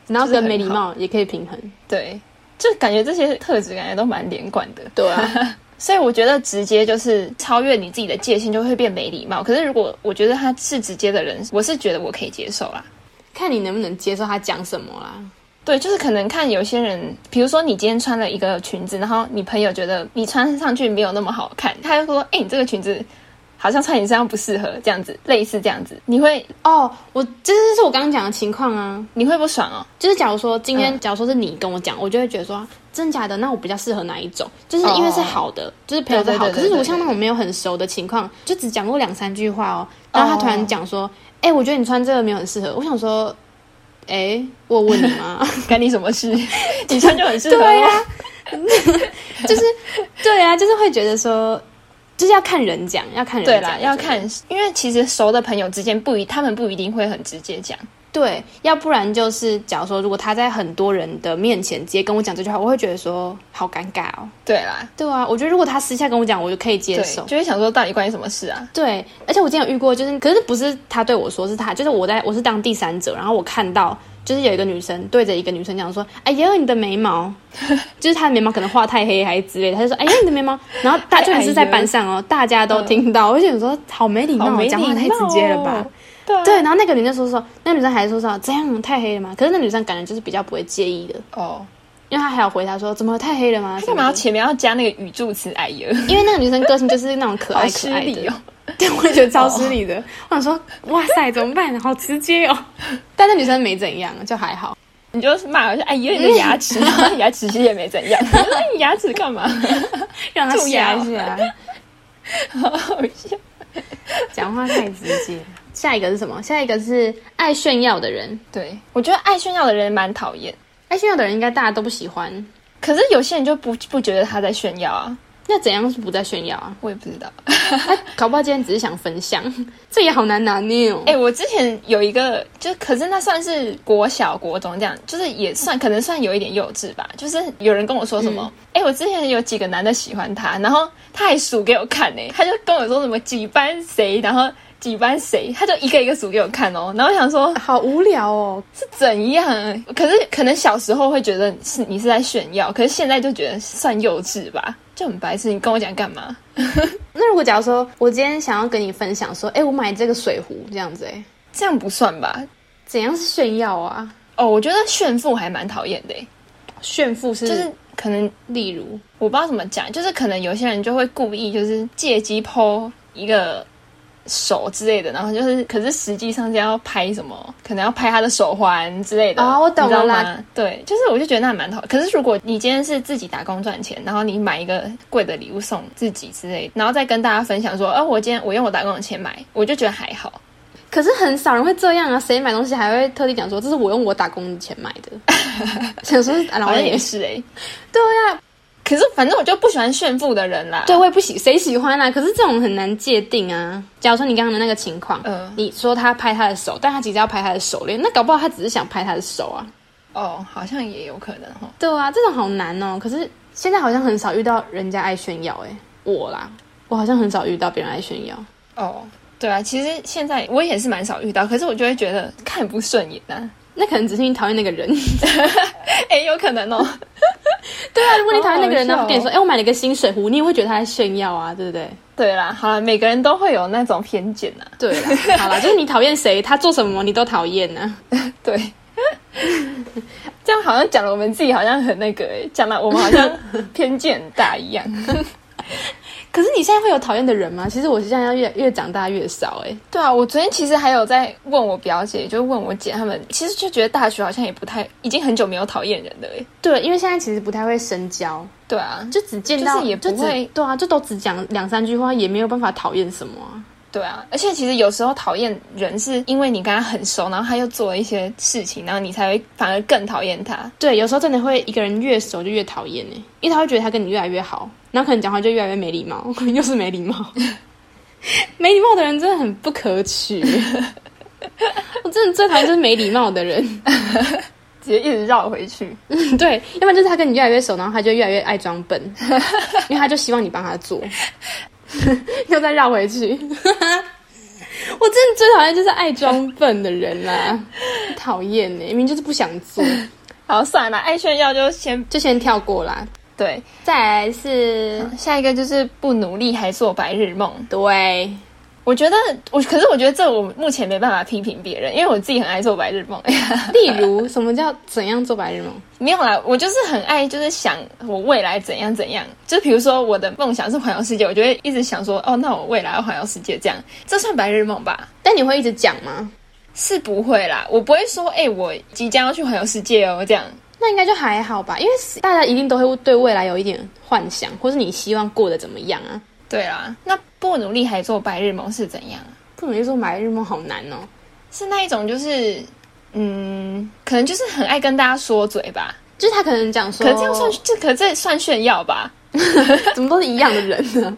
B: 然后
A: 就是
B: 跟
A: 很
B: 没礼貌也可以平衡。
A: 对，就感觉这些特质感觉都蛮连贯的。
B: 对啊，
A: 所以我觉得直接就是超越你自己的界限，就会变没礼貌。可是如果我觉得他是直接的人，我是觉得我可以接受啦。
B: 看你能不能接受他讲什么啦。
A: 对，就是可能看有些人，比如说你今天穿了一个裙子，然后你朋友觉得你穿上去没有那么好看，他就说：“哎、你这个裙子好像穿你身上不适合。”这样子，类似这样子，你会
B: 哦，我这这是我刚刚讲的情况啊，
A: 你会不爽哦？
B: 就是假如说今天，
A: 嗯
B: 假如说是你跟我讲，我就会觉得说真假的，那我比较适合哪一种？就是因为是好的，就是朋友是好
A: 对对
B: 的。
A: 对
B: 可
A: 对
B: 是如
A: 对
B: 果像那种没有很熟的情况，就只讲过两三句话哦，然后他突然讲说，哎、我觉得你穿这个没有很适合。我想说，哎、我有问你吗？
A: 干你什么事？ 啊你穿就很适合。哦
B: 对 呀、就是对啊，就是会觉得说，就是要看人讲，要看人
A: 对啦，
B: 讲，我觉得
A: 要看，因为其实熟的朋友之间不一，他们不一定会很直接讲。
B: 对，要不然就是，假如说如果他在很多人的面前直接跟我讲这句话，我会觉得说好尴尬哦。
A: 对啦，
B: 对啊，我觉得如果他私下跟我讲，我就可以接
A: 对，
B: 受。
A: 就会想说到底关你什么事啊？
B: 对，而且我之前有遇过，就是可是不是他对我说，是他就是我在我是当第三者，然后我看到就是有一个女生对着一个女生讲说：“哎呀，你的眉毛， 就是她的眉毛可能画太黑还是之类的。”他就说：“哎呀，你的眉毛。”然后大
A: 哎
B: 就还是在
A: 哎呦
B: 班上哦，大家都听到，我就想说好没礼
A: 嗯
B: 貌
A: 好
B: 哦，
A: 没
B: 讲话
A: 礼
B: 太
A: 貌
B: 直接了吧
A: 哦？对啊
B: 对，然后那个女生说说，那个女生还说说这样太黑了吗？可是那女生感觉就是比较不会介意的，
A: 哦，
B: 因为她还有回答说怎么太黑了吗？
A: 他干嘛要
B: 什
A: 前面要加那个语助词？哎呀，
B: 么的因为那个女生个性就是那种可
A: 好
B: 爱
A: 失
B: 可爱
A: 礼
B: 的，
A: 哦。
B: 对，我也觉得超失礼的。我想说，哇塞，怎么办？好直接哦。 但那女生没怎样，就还好。
A: 你就是骂我说：“哎，有你的牙 齿，然后你牙齿其实也没怎样。 我说你牙齿干嘛？
B: 让她
A: 重
B: 吓
A: 要
B: 一下，
A: 好好笑。
B: 讲话太直接。 下一个是什么？下一个是爱炫耀的人。
A: 对，我觉得爱炫耀的人蛮讨厌，
B: 爱炫耀的人应该大家都不喜欢。
A: 可是有些人就不不觉得他在炫耀啊，
B: 那怎样是不在炫耀啊？
A: 我也不知道。
B: 搞不好今天只是想分 享，这也好难拿捏哦。
A: 哎、我之前有一个，就可是那算是国小、国中这样，就是也算可能算有一点幼稚吧。就是有人跟我说什么，哎、我之前有几个男的喜欢他，然后他还数给我看呢、他就跟我说什么几班谁，然后几班谁，他就一个一个数给我看哦、然后我想说。
B: 好无聊哦，
A: 怎样？可是可能小时候会觉得是你是在炫耀，可是现在就觉得算幼稚吧，就很白痴。你跟我讲干嘛？
B: 那如果假如说我今天想要跟你分享说，哎、我买这个水壶这样子、哎，
A: 这样不算吧？
B: 怎样是炫耀啊？
A: 哦，我觉得炫富还蛮讨厌的欸，
B: 炫富是，
A: 就是可能
B: 例如，
A: 我不知道怎么讲，就是可能有些人就会故意就是借机剖一个手之类的，然后就是可是实际上是要拍什么，可能要拍他的手环之类的。
B: 哦我懂
A: 你知道
B: 了啦
A: 吗对，就是我就觉得那蛮讨可是如果你今天是自己打工赚钱，然后你买一个贵的礼物送自己之类的，然后再跟大家分享说，哦，我今天我用我打工的钱买，我就觉得还好。
B: 可是很少人会这样啊，谁买东西还会特地讲说这是我用我打工的钱买的？ 想说啊，老
A: 好像
B: 外
A: 也
B: 也
A: 是哎、
B: 对啊，
A: 可是反正我就不喜欢炫富的人啦。
B: 对，我也不喜，谁喜欢啊？可是这种很难界定啊。假如说你刚刚的那个情况，
A: 嗯
B: 你说他拍他的手，但他其实要拍他的手链，那搞不好他只是想拍他的手啊。
A: 哦，好像也有可能哦。
B: 对啊，这种好难哦。可是欸现在好像很少遇到人家爱炫耀、哎，我啦，我好像很少遇到别人爱炫耀。哦，
A: 对啊，其实现在我也是蛮少遇到，可是我就会觉得看不顺眼啊。
B: 那可能只是你讨厌那个 人。
A: 哎，有可能哦。
B: 对啊，如果你讨厌那个人，
A: 好
B: 然
A: 好笑哦
B: 后跟你说，哎、我买了一个新水壶，你也会觉得他在炫耀啊，对不对？
A: 对啦，好啦，每个人都会有那种偏见啊呐、
B: 对啦， 好啦，就是你讨厌谁，他做什么你都讨厌啊呢、
A: 对， 这样好像讲了我们自己好像很那个、欸，讲了我们好像偏见很大一样。
B: 可是你现在会有讨厌的人吗？其实我现在要越越长大越少、哎，
A: 对啊，我昨天其实还有在问我表姐，就问我姐他们，其实就觉得大学好像也不太，已经很久没有讨厌人了、欸。
B: 对，因为现在其实不太会深交，
A: 对啊，
B: 就只见
A: 就
B: 到
A: 是也不
B: 只
A: 会
B: 对啊，就都只讲两三句话，也没有办法讨厌什么、啊。
A: 对啊，而且其实有时候讨厌人是因为你跟他很熟，然后他又做了一些事情，然后你才会反而更讨厌他。
B: 对，有时候真的会一个人越熟就越讨厌哎，因为他会觉得他跟你越来越好，然后可能讲话就越来越没礼貌， 又是没礼貌。没礼貌的人真的很不可取，我真的最讨厌就是没礼貌的人。
A: 直接一直绕回去，
B: 对，要不然就是他跟你越来越熟，然后他就越来越爱装笨，因为他就希望你帮他做，又再绕回去。我真的最讨厌就是爱装笨的人啦、讨厌呢，明明就是不想做，
A: 好，算了，爱炫耀就先
B: 就先跳过啦。
A: 对。
B: 再来是，
A: 下一个就是不努力还做白日梦。
B: 对，
A: 我觉得我，可是我觉得这我目前没办法批评别人，因为我自己很爱做白日梦。
B: 例如什么叫怎样做白日梦？
A: 没有啦，我就是很爱，就是想我未来怎样怎样。就比如说我的梦想是环游世界，我就会一直想说，哦，那我未来要环游世界，这样这算白日梦吧？
B: 但你会一直讲吗？
A: 是不会啦，我不会说，哎、我即将要去环游世界哦，这样。
B: 那应该就还好吧，因为大家一定都会对未来有一点幻想，或是你希望过得怎么样啊？
A: 对啦，那不努力还做白日梦是怎样啊？
B: 不努力做白日梦好难哦。
A: 是那一种就是，嗯，可能就是很爱跟大家说嘴吧。
B: 就是他可能讲说，
A: 可这样算这可这算炫耀吧？
B: 怎么都是一样的人 呢？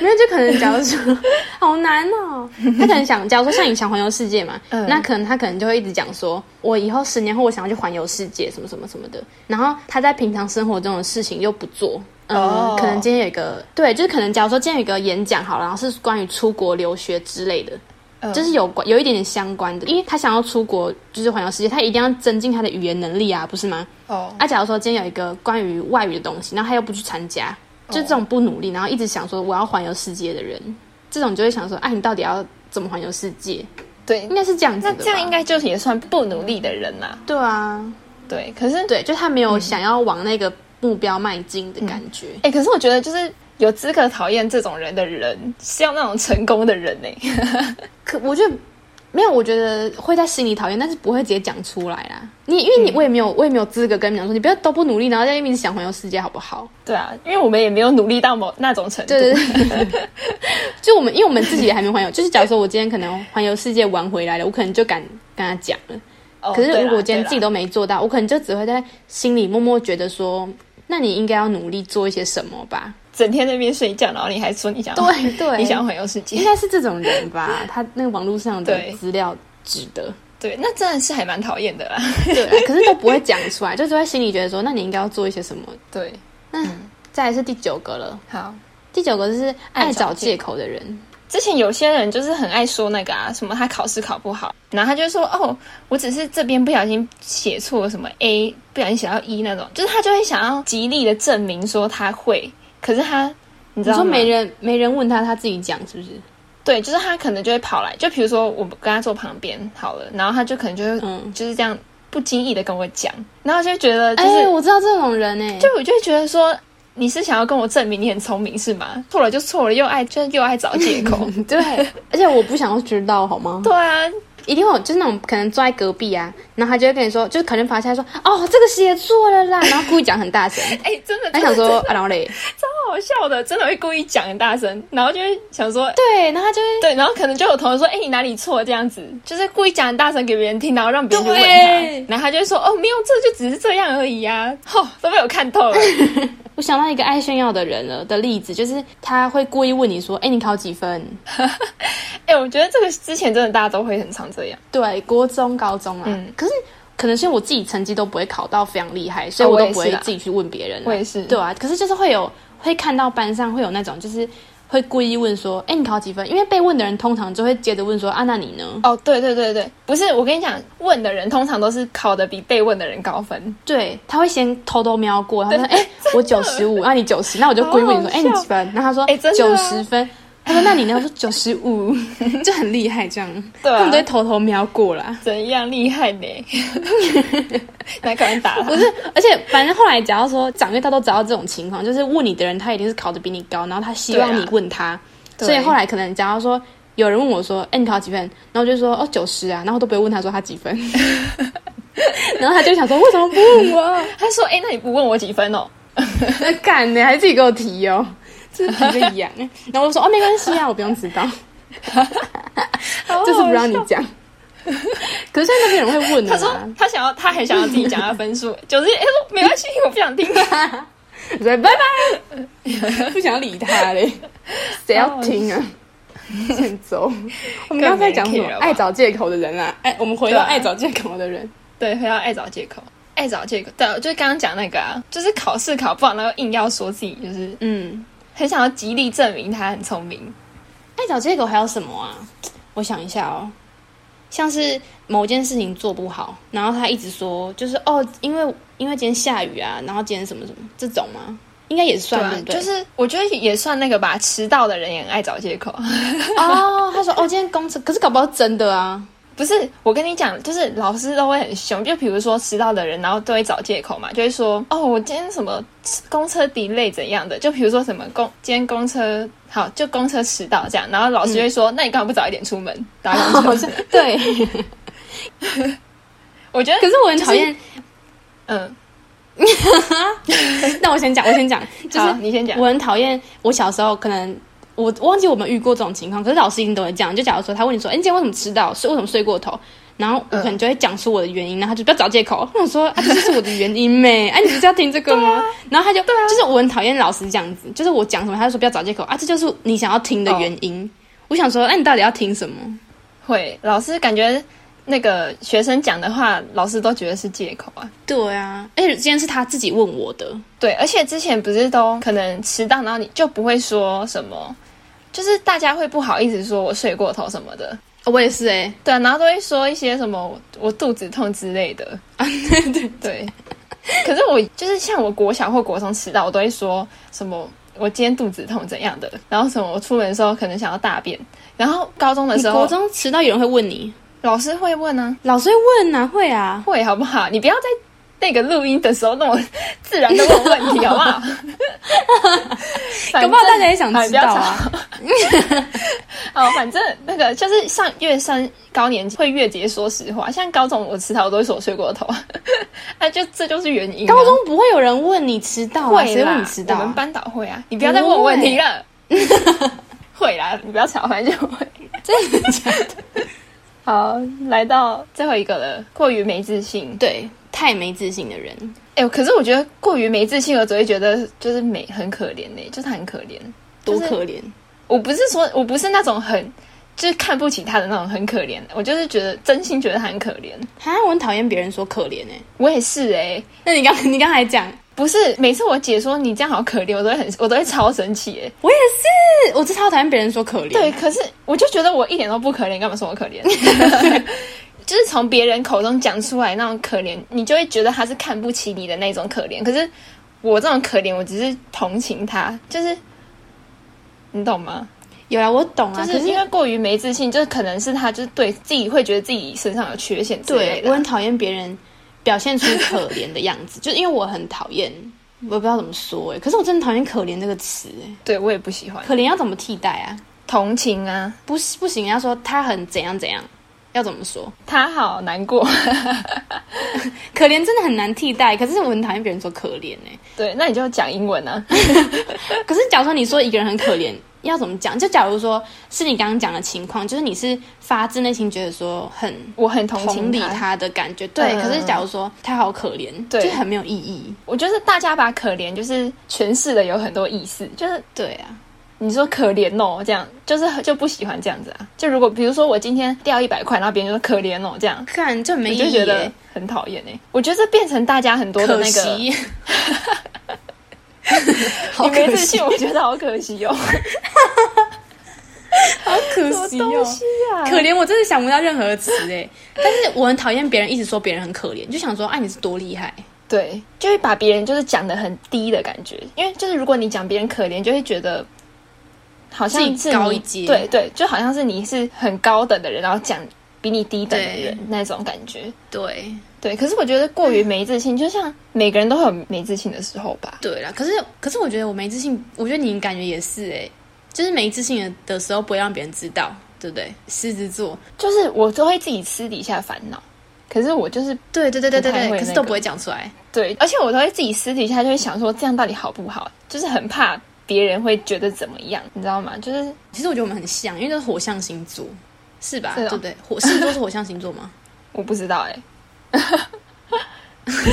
B: 没有，就可能假如说，好难哦。他可能想，假如说像你想环游世界嘛，
A: 嗯
B: 那可能他可能就会一直讲说，我以后十年后我想要去环游世界，什么什么什么的。然后他在平常生活中的事情又不做。嗯
A: 哦
B: 可能今天有一个对，就是可能假如说今天有一个演讲好了，然后是关于出国留学之类的，
A: 嗯
B: 就是有关有一点点相关的，因为他想要出国就是环游世界，他一定要增进他的语言能力啊，不是吗？
A: 哦，
B: 啊，假如说今天有一个关于外语的东西，然后他又不去参加，
A: 哦
B: 就这种不努力，然后一直想说我要环游世界的人，这种就会想说，哎、你到底要怎么环游世界？
A: 对
B: 应，该是这样子
A: 那
B: 的吧
A: 这样应该就也算不努力的人啦。
B: 对啊，
A: 对，可是对，
B: 对，就他没有想要往那个目标迈进的感觉。
A: 哎、可是我觉得就是有资格讨厌这种人的人，是要那种成功的人呢、
B: 可我觉得没有，我觉得会在心里讨厌，但是不会直接讲出来啦。你因为
A: 嗯
B: 你我也没有，我也没有资格跟你讲说，你不要都不努力，然后在那边一直想环游世界，好不好？
A: 对啊，因为我们也没有努力到某那种程度。
B: 对对对， 就我们因为我们自己也还没环游， 就是假如说我今天可能环游世界玩回来了，我可能就敢跟他讲了。
A: 哦
B: 可是
A: 对啦
B: 如果我今天自己
A: 对啦
B: 都没做到，我可能就只会在心里默默觉得说，那你应该要努力做一些什么吧？
A: 整天在那边睡觉，然后你还说你想要
B: 对对
A: 你想要环游世
B: 应
A: 界，
B: 该是这种 人吧？他那个网络上的
A: 对
B: 资料指的，
A: 对，那真的是还蛮讨厌的啦。
B: 对啊，可是都不会讲出来，就 只会心里觉得说，那你应该要做一些什么。
A: 对，
B: 那、
A: 嗯
B: 再来是第九个了，
A: 好。
B: 第九个是
A: 爱
B: 爱
A: 找
B: 找借口的人。
A: 之前有些人就是很爱说那个啊，什么他考试考不好，然后他就说哦，我只是这边不小心写错了什么 A，不小心写到 E 那种，就是他就会想要极力的证明说他会，可是他你知
B: 你
A: 道
B: 说
A: 吗？
B: 没人没人问他，他自己讲是不是？
A: 对，就是他可能就会跑来，就比如说我跟他坐旁边好了，然后他就可能就会、
B: 嗯，
A: 就是这样不经意的跟我讲，然后就会觉得就
B: 哎、
A: 是、
B: 我知道这种人哎、
A: 就我就会觉得说。你是想要跟我证明你很聪明是吗？错了就错了，又爱就又爱找借 口。
B: 对，而且我不想要知道好吗？
A: 对啊，
B: 一定会有，就是那种可能坐在隔壁啊，然后他就会跟你说，就是可能爬起来说，哦，这个写错了啦，然后故意讲很大声，
A: 哎、真的，
B: 他
A: 真
B: 想
A: 的
B: 说啊，然后嘞，
A: 好笑的，真的会故意讲很大声，然后就会想说，
B: 对，然后他就会
A: 对，然后可能就有同学说，哎、你哪里错？这样子，就是故意讲很大声给别人听，然后让别人去问
B: 对
A: 他，然后他就会说，哦，没有，这就只是这样而已 啊，吼、都被我看 透了，
B: 我想到一个爱炫耀的人了的例子，就是他会故意问你说，哎，你考几分？
A: 哎、我觉得这个之前真的大家都会很常这样，
B: 对，国中、高中啊，
A: 嗯
B: 可是。可能是因为我自己成绩都不会考到非常厉害，所
A: 哦
B: 以我
A: 我
B: 都
A: 也
B: 不
A: 是
B: 会
A: 啦
B: 自己去问别人啊、
A: 我也是
B: 对啊，可是就是会有会看到班上会有那种就是会故意问说：“哎，你考几分？”因为被问的人通常就会接着问说：“啊，那你呢
A: 哦，对对对对，不是，我跟你讲，问的人通常都是考的比被问的人高分。？”
B: 对，他会先偷偷瞄过，他说：“
A: 对
B: 哎，我九十 五，啊那你九十？”那我就故意问你说：“
A: 好好
B: 哎，
A: 笑
B: 你几分？”然后他说
A: 哎：“真的
B: 九
A: 啊
B: 十分。”他说：“那你呢？”我说：“九十五，就很厉害这样。”
A: 对啊
B: 他们都会偷偷瞄过啦。
A: 怎样厉害 呢？来，赶紧打他！
B: 不是，而且反正后来假如说长越大都找到这种情况，就是问你的人他一定是考的比你高，然后他希望
A: 对啊
B: 你问他，
A: 对
B: 所以后来可能假如说有人问我说，哎、你考几分？然后我就说哦九十啊，然后都不会问他说他几分， 然后他就想说为什么不问我？
A: 他说：“哎、那你不问我几分哦
B: 那干呢，还自己给我提哦，真是一个羊。然后我就说哦没关系啊，我不用知 道，？”就是不让你
A: 好好笑。
B: 讲。可是现在那边人会问啊的
A: 他说
B: 啦，
A: 他想要，他很想要自己讲他分 数，九十。哎，说没关系，我不想听。
B: 我说拜 拜，不想理他 嘞，谁要听啊？欠 揍！我们刚才讲什么
A: 更没 care 吧？
B: 爱找借口的人啊，哎，我们回到
A: 对啊
B: 爱找借口的人，
A: 对，回到爱找借口，爱找借口。对，就刚刚讲那个啊，就是考试考不好，然后硬要说自己就是
B: 嗯，
A: 很想要极力证明他很聪明。
B: 爱找借口还有什么啊？我想一下哦，像是某件事情做不好，然后他一直说就是哦，因为因为今天下雨啊，然后今天什么什么这种吗？应该也算
A: 啊
B: 对不对？
A: 就是我觉得也算那个吧，迟到的人也很爱找借口。
B: 哦，他说哦，今天公车，可是搞不好是真的啊。
A: 不是，我跟你讲，就是老师都会很凶，就比如说迟到的人，然后都会找借口嘛，就会说哦，我今天什么公车 delay 怎样的，就比如说什哦么公今天公车好，就公车迟到这样，然后老师就会说，那你干嘛不早一点出门搭公车？
B: 好像 对，
A: 我觉得
B: 可，是我很讨厌。
A: 嗯，
B: 那我先讲，我先讲， 就
A: 好，
B: 是
A: 你先讲
B: 我，很讨厌，我小时候可能我我忘记我们遇过这种情况，可是老师一定都会这样。就假如说他问你说，哎、你今天为什么迟到？睡为什么睡过头？然后我可能就会讲出我的原因，然后他就不要找借口。我想说，啊，这就是我的原因咩？ 哎、啊，你啊不是要听这个吗？然后他就，就是我很讨厌老师这样子，就是我讲什么，他就说不要找借口啊，这就是你想要听的原因。我想说，那、你到底要听什么？
A: 会老师感觉那个学生讲的话，老师都觉得是借口啊。
B: 对啊，而且今天是他自己问我的，
A: 对，而且之前不是都可能迟到，然后你就不会说什么，就是大家会不好意思说我睡过头什么的，
B: 我也是哎、
A: 对啊，然后都会说一些什么我我肚子痛之类的啊，对对对。可是我就是像我国小或国中迟到，我都会说什么我今天肚子痛怎样的，然后什么我出门的时候可能想要大便，然后高中的
B: 你
A: 时
B: 国
A: 候
B: 中迟到有人会问你，
A: 老师会问啊，
B: 老师会问啊，会啊，
A: 会好不好？你不要在那个录音的时候那么自然的问问题，好不 好？
B: 搞不好大家也想知道
A: 哎
B: 啊。
A: 哦，反正那个就是上越上高年级会越直接说实话，像高中我迟到我都会说我睡过头，啊， 就这就是原因啊、
B: 高中不会有人问你迟到啊，
A: 会
B: 谁
A: 啦，
B: 问你迟到
A: 我
B: 啊
A: 们？班导会啊，你不要再问我问题了。会啦，你不要吵，反正就会。
B: 真的假的？
A: 好，来到最后一个了，过于没自信。
B: 对，太没自信的人，
A: 哎、可是我觉得过于没自信，我只会觉得就是没很可怜呢、就是他很可怜。
B: 多
A: 就是
B: 可怜。
A: 我不是说我不是那种很就是看不起他的那种很可怜，我就是觉得真心觉得他很可怜。
B: 哈，我很讨厌别人说可怜哎、
A: 我也是哎、
B: 那你刚 你刚才讲，
A: 不是每次我姐说你这样好可怜，我都会很我都会超生气哎、
B: 我也是，我真的超讨厌别人说可怜。
A: 对，，可是我就觉得我一点都不可怜，干嘛说我可怜？ 就是从别人口中讲出来那种可怜，你就会觉得他是看不起你的那种可怜。可是我这种可怜，我只是同情他，就是你懂吗？
B: 有啦，我懂啊，
A: 就
B: 可
A: 是因
B: 是
A: 为过于没自信，就是可能是他就是对自己会觉得自己身上有缺陷之类
B: 对我
A: 的
B: 很。讨厌别人表现出可怜的样子， 就是因为我很讨厌，我不知道怎么说哎、可是我真的讨厌可怜这个词哎、
A: 对我也不喜欢
B: 可怜要怎么替代啊？
A: 同情啊，
B: 不是不行，要说他很怎样怎样，要怎么说？
A: 他好难过。
B: 可怜真的很难替代，可是我很讨厌别人说可怜哎、
A: 对，那你就讲英文啊。
B: 可是假如说你说一个人很可怜，要怎么讲？就假如说是你刚刚讲的情况，就是你是发自内心觉得说很
A: 我很同
B: 同
A: 情
B: 理
A: 他，
B: 他的感觉，对。
A: 嗯
B: 可是假如说他好可怜，
A: 对
B: 就很没有意义，
A: 我觉得大家把可怜就是诠释的有很多意思，就是
B: 对啊，
A: 你说可怜哦，这样就是就不喜欢这样子啊。就如果比如说我今天掉一百块，然后别人就说可怜哦，这样
B: 看这很没
A: 你
B: 意义、
A: 就觉得
B: 欸，
A: 很讨厌哎、我觉得这变成大家很多的
B: 可
A: 那个
B: 惜。 好
A: 你没
B: 可
A: 自
B: 惜
A: 信，，我觉得好可惜哦，
B: 好可
A: 什么
B: 惜
A: 东
B: 哦。
A: 西啊？
B: 可怜，我真的想不到任何词哎，但是我很讨厌别人一直说别人很可怜，就想说，哎、你是多厉害，
A: 对，就会把别人就是讲的很低的感觉，因为就是如果你讲别人可怜，就会觉得好像
B: 自己
A: 是你
B: 高一阶
A: 对对，就好像是你是很高等的人，然后讲比你低等的
B: 对
A: 人那种感觉。
B: 对
A: 对，可是我觉得过于没自信，就像每个人都会有没自信的时候吧。
B: 对啦。可是可是我觉得我没自信，我觉得你感觉也是哎，就是没自信的的时候不会让别人知道，对不对？狮子座，
A: 就是我都会自己私底下烦恼，可是我就是
B: 对对对对对
A: 不太
B: 对，
A: 会
B: 可是
A: 那
B: 都
A: 个
B: 不会讲出来，
A: 对，而且我都会自己私底下就会想说，这样到底好不好？就是很怕别人会觉得怎么样，你知道吗？就是
B: 其实我觉得我们很像，因为都是火象星座，是吧？
A: 是哦
B: 对不对？火狮子座是火象星座吗？
A: 我不知道哎、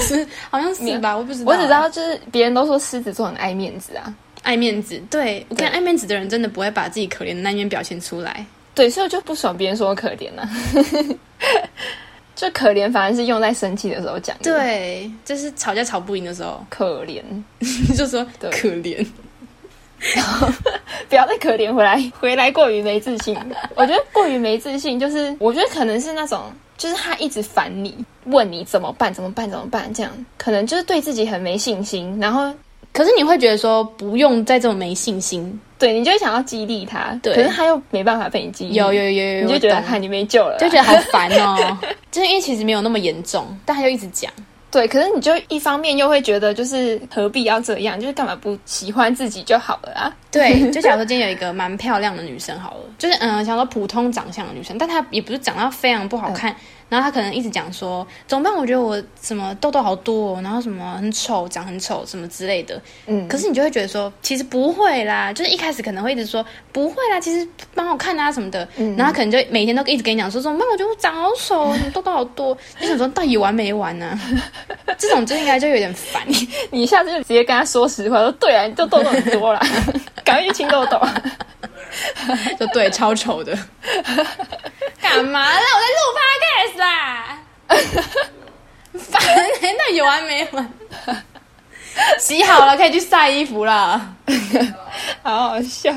B: 是，好像是吧？我不知道，
A: 我只知道就是别人都说狮子座很爱面子啊，
B: 爱面子。对我看
A: 对
B: 爱面子的人，真的不会把自己可怜的那一面表现出来。
A: 对，所以我就不爽别人说我可怜啊。 就可怜反而是用在生气的时候讲的，，
B: 对，就是吵架吵不赢的时候，
A: 可怜，
B: 就说
A: 对
B: 可怜。
A: 不要再可怜回来，回来过于没自信。我觉得过于没自信，就是我觉得可能是那种，就是他一直烦你，问你怎么办，怎么办，怎么办，这样可能就是对自己很没信心，然后
B: 可是你会觉得说不用再这么没信心。
A: 对你就会想要激励他，
B: 对
A: 可是他又没办法被你激励，
B: 有有有有有，
A: 嗯你就
B: 我
A: 觉得
B: 懂
A: 哈你没救了啊，
B: 就觉得好烦哦。 就是因为其实没有那么严重，但他就一直讲。
A: 对，可是你就一方面又会觉得，就是何必要这样？就是干嘛不喜欢自己就好了啊？
B: 对，就假如说今天有一个蛮漂亮的女生好了，就是嗯，想说普通长相的女生，但她也不是长到非常不好看，然后她可能一直讲说怎么办？我觉得我什么痘痘好多、哦，然后什么很丑，长很丑什么之类的。
A: 嗯，
B: 可是你就会觉得说，其实不会啦，就是一开始可能会一直说不会啦，其实蛮好看啊什么的，
A: 嗯
B: 然后可能就每天都一直跟你讲说怎么办？我觉得我长好丑哦，什么痘痘好 多，就想说到底完没完呢、这种就应该就有点 烦。
A: 你下次就直接跟他说实话，说对啊，你就痘痘很多啦， 赶快去清痘痘。
B: 就对，超丑 的。干嘛啦？我在录 podcast 啦！烦、欸，那有完没完？洗好了，可以去晒衣 服了。
A: 好好笑，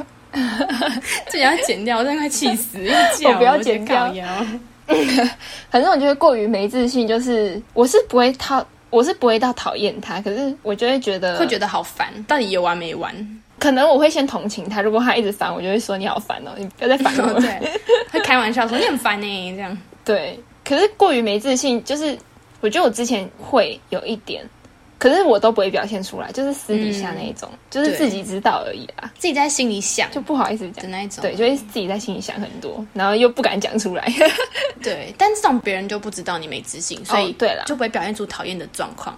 B: 这也要剪掉，我真的快气死！ 一直叫
A: 我哦不要
B: 觉得
A: 剪掉
B: 靠腰
A: 反正我觉得过于没自信，就是我是不会讨，我是不会到讨厌他，可是我就会觉得，
B: 会觉得好烦。到底有完没完？
A: 可能我会先同情他，如果他一直烦，我就会说你好烦 哦，你不要再烦我了。
B: 对，会开玩笑说你很烦呢、这样。
A: 对，可是过于没自信，就是我觉得我之前会有一点，可是我都不会表现出来，就是私底下那一
B: 嗯
A: 种，就是自己知道而已啦，
B: 自己在心里想
A: 就不好意思讲
B: 的。那一种。
A: 对，就会自己在心里想很多，然后又不敢讲出来。
B: 对，但这种别人就不知道你没自 信，所以
A: 哦 对啦
B: 就不会表现出讨厌的状况。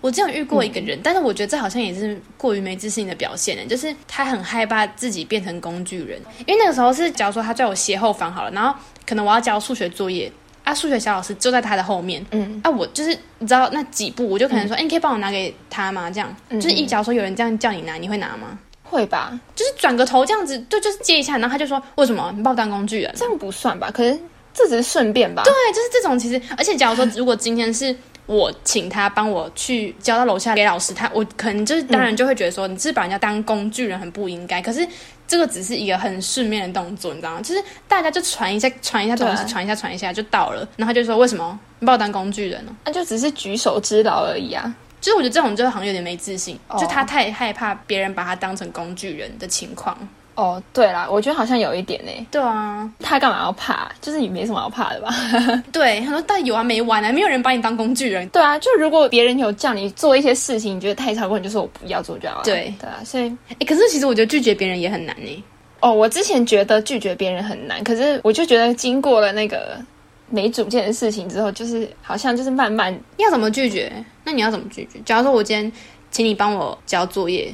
B: 我之前有遇过一个
A: 嗯
B: 人，但是我觉得这好像也是过于没自信的表现呢，就是他很害怕自己变成工具人，因为那个时候是假如说他在我斜后方好了，然后可能我要交数学作业。啊，数学小老师就在他的后面，
A: 嗯，
B: 啊，我就是你知道那几步，我就可能说，哎、你可以帮我拿给他吗？这样，就是一假如说有人这样叫你拿，你会拿吗？
A: 会吧？
B: 就是转个头这样子，对，就是接一下，然后他就说，为什么你把我当工具人？
A: 这样不算吧？可是这只是顺便吧？对，
B: 对，啊就是这种。其实，而且假如说，如果今天是我请他帮我去交到楼下给老师，他我可能就是当然就会觉得说，你是把人家当工具人很不应该。可是这个只是一个很顺便的动作，你知道吗？就是大家就传一下，传一下东西，
A: 对
B: 传一下，传一下就到了，然后他就说为什么你把我当工具人哦呢、
A: 那就只是举手之劳而已啊。
B: 就是我觉得这种就好像有点没自信，
A: 哦
B: 就他太害怕别人把他当成工具人的情况。
A: 哦，对啦，我觉得好像有一点呢、欸
B: 对啊，
A: 他干嘛要怕？就是你没什么好怕的吧？
B: 对，他说但有完没完啊，没有人把你当工具人，
A: 对啊，就如果别人有叫你做一些事情，你觉得太超过，你就说我不要做就好了。
B: 对
A: 对啊，所以
B: 哎，可是其实我觉得拒绝别人也很难欸呢、
A: 哦，我之前觉得拒绝别人很难，可是我就觉得经过了那个没主见的事情之后，就是好像就是慢慢
B: 你要怎么拒绝？那你要怎么拒绝？假如说我今天请你帮我交作业，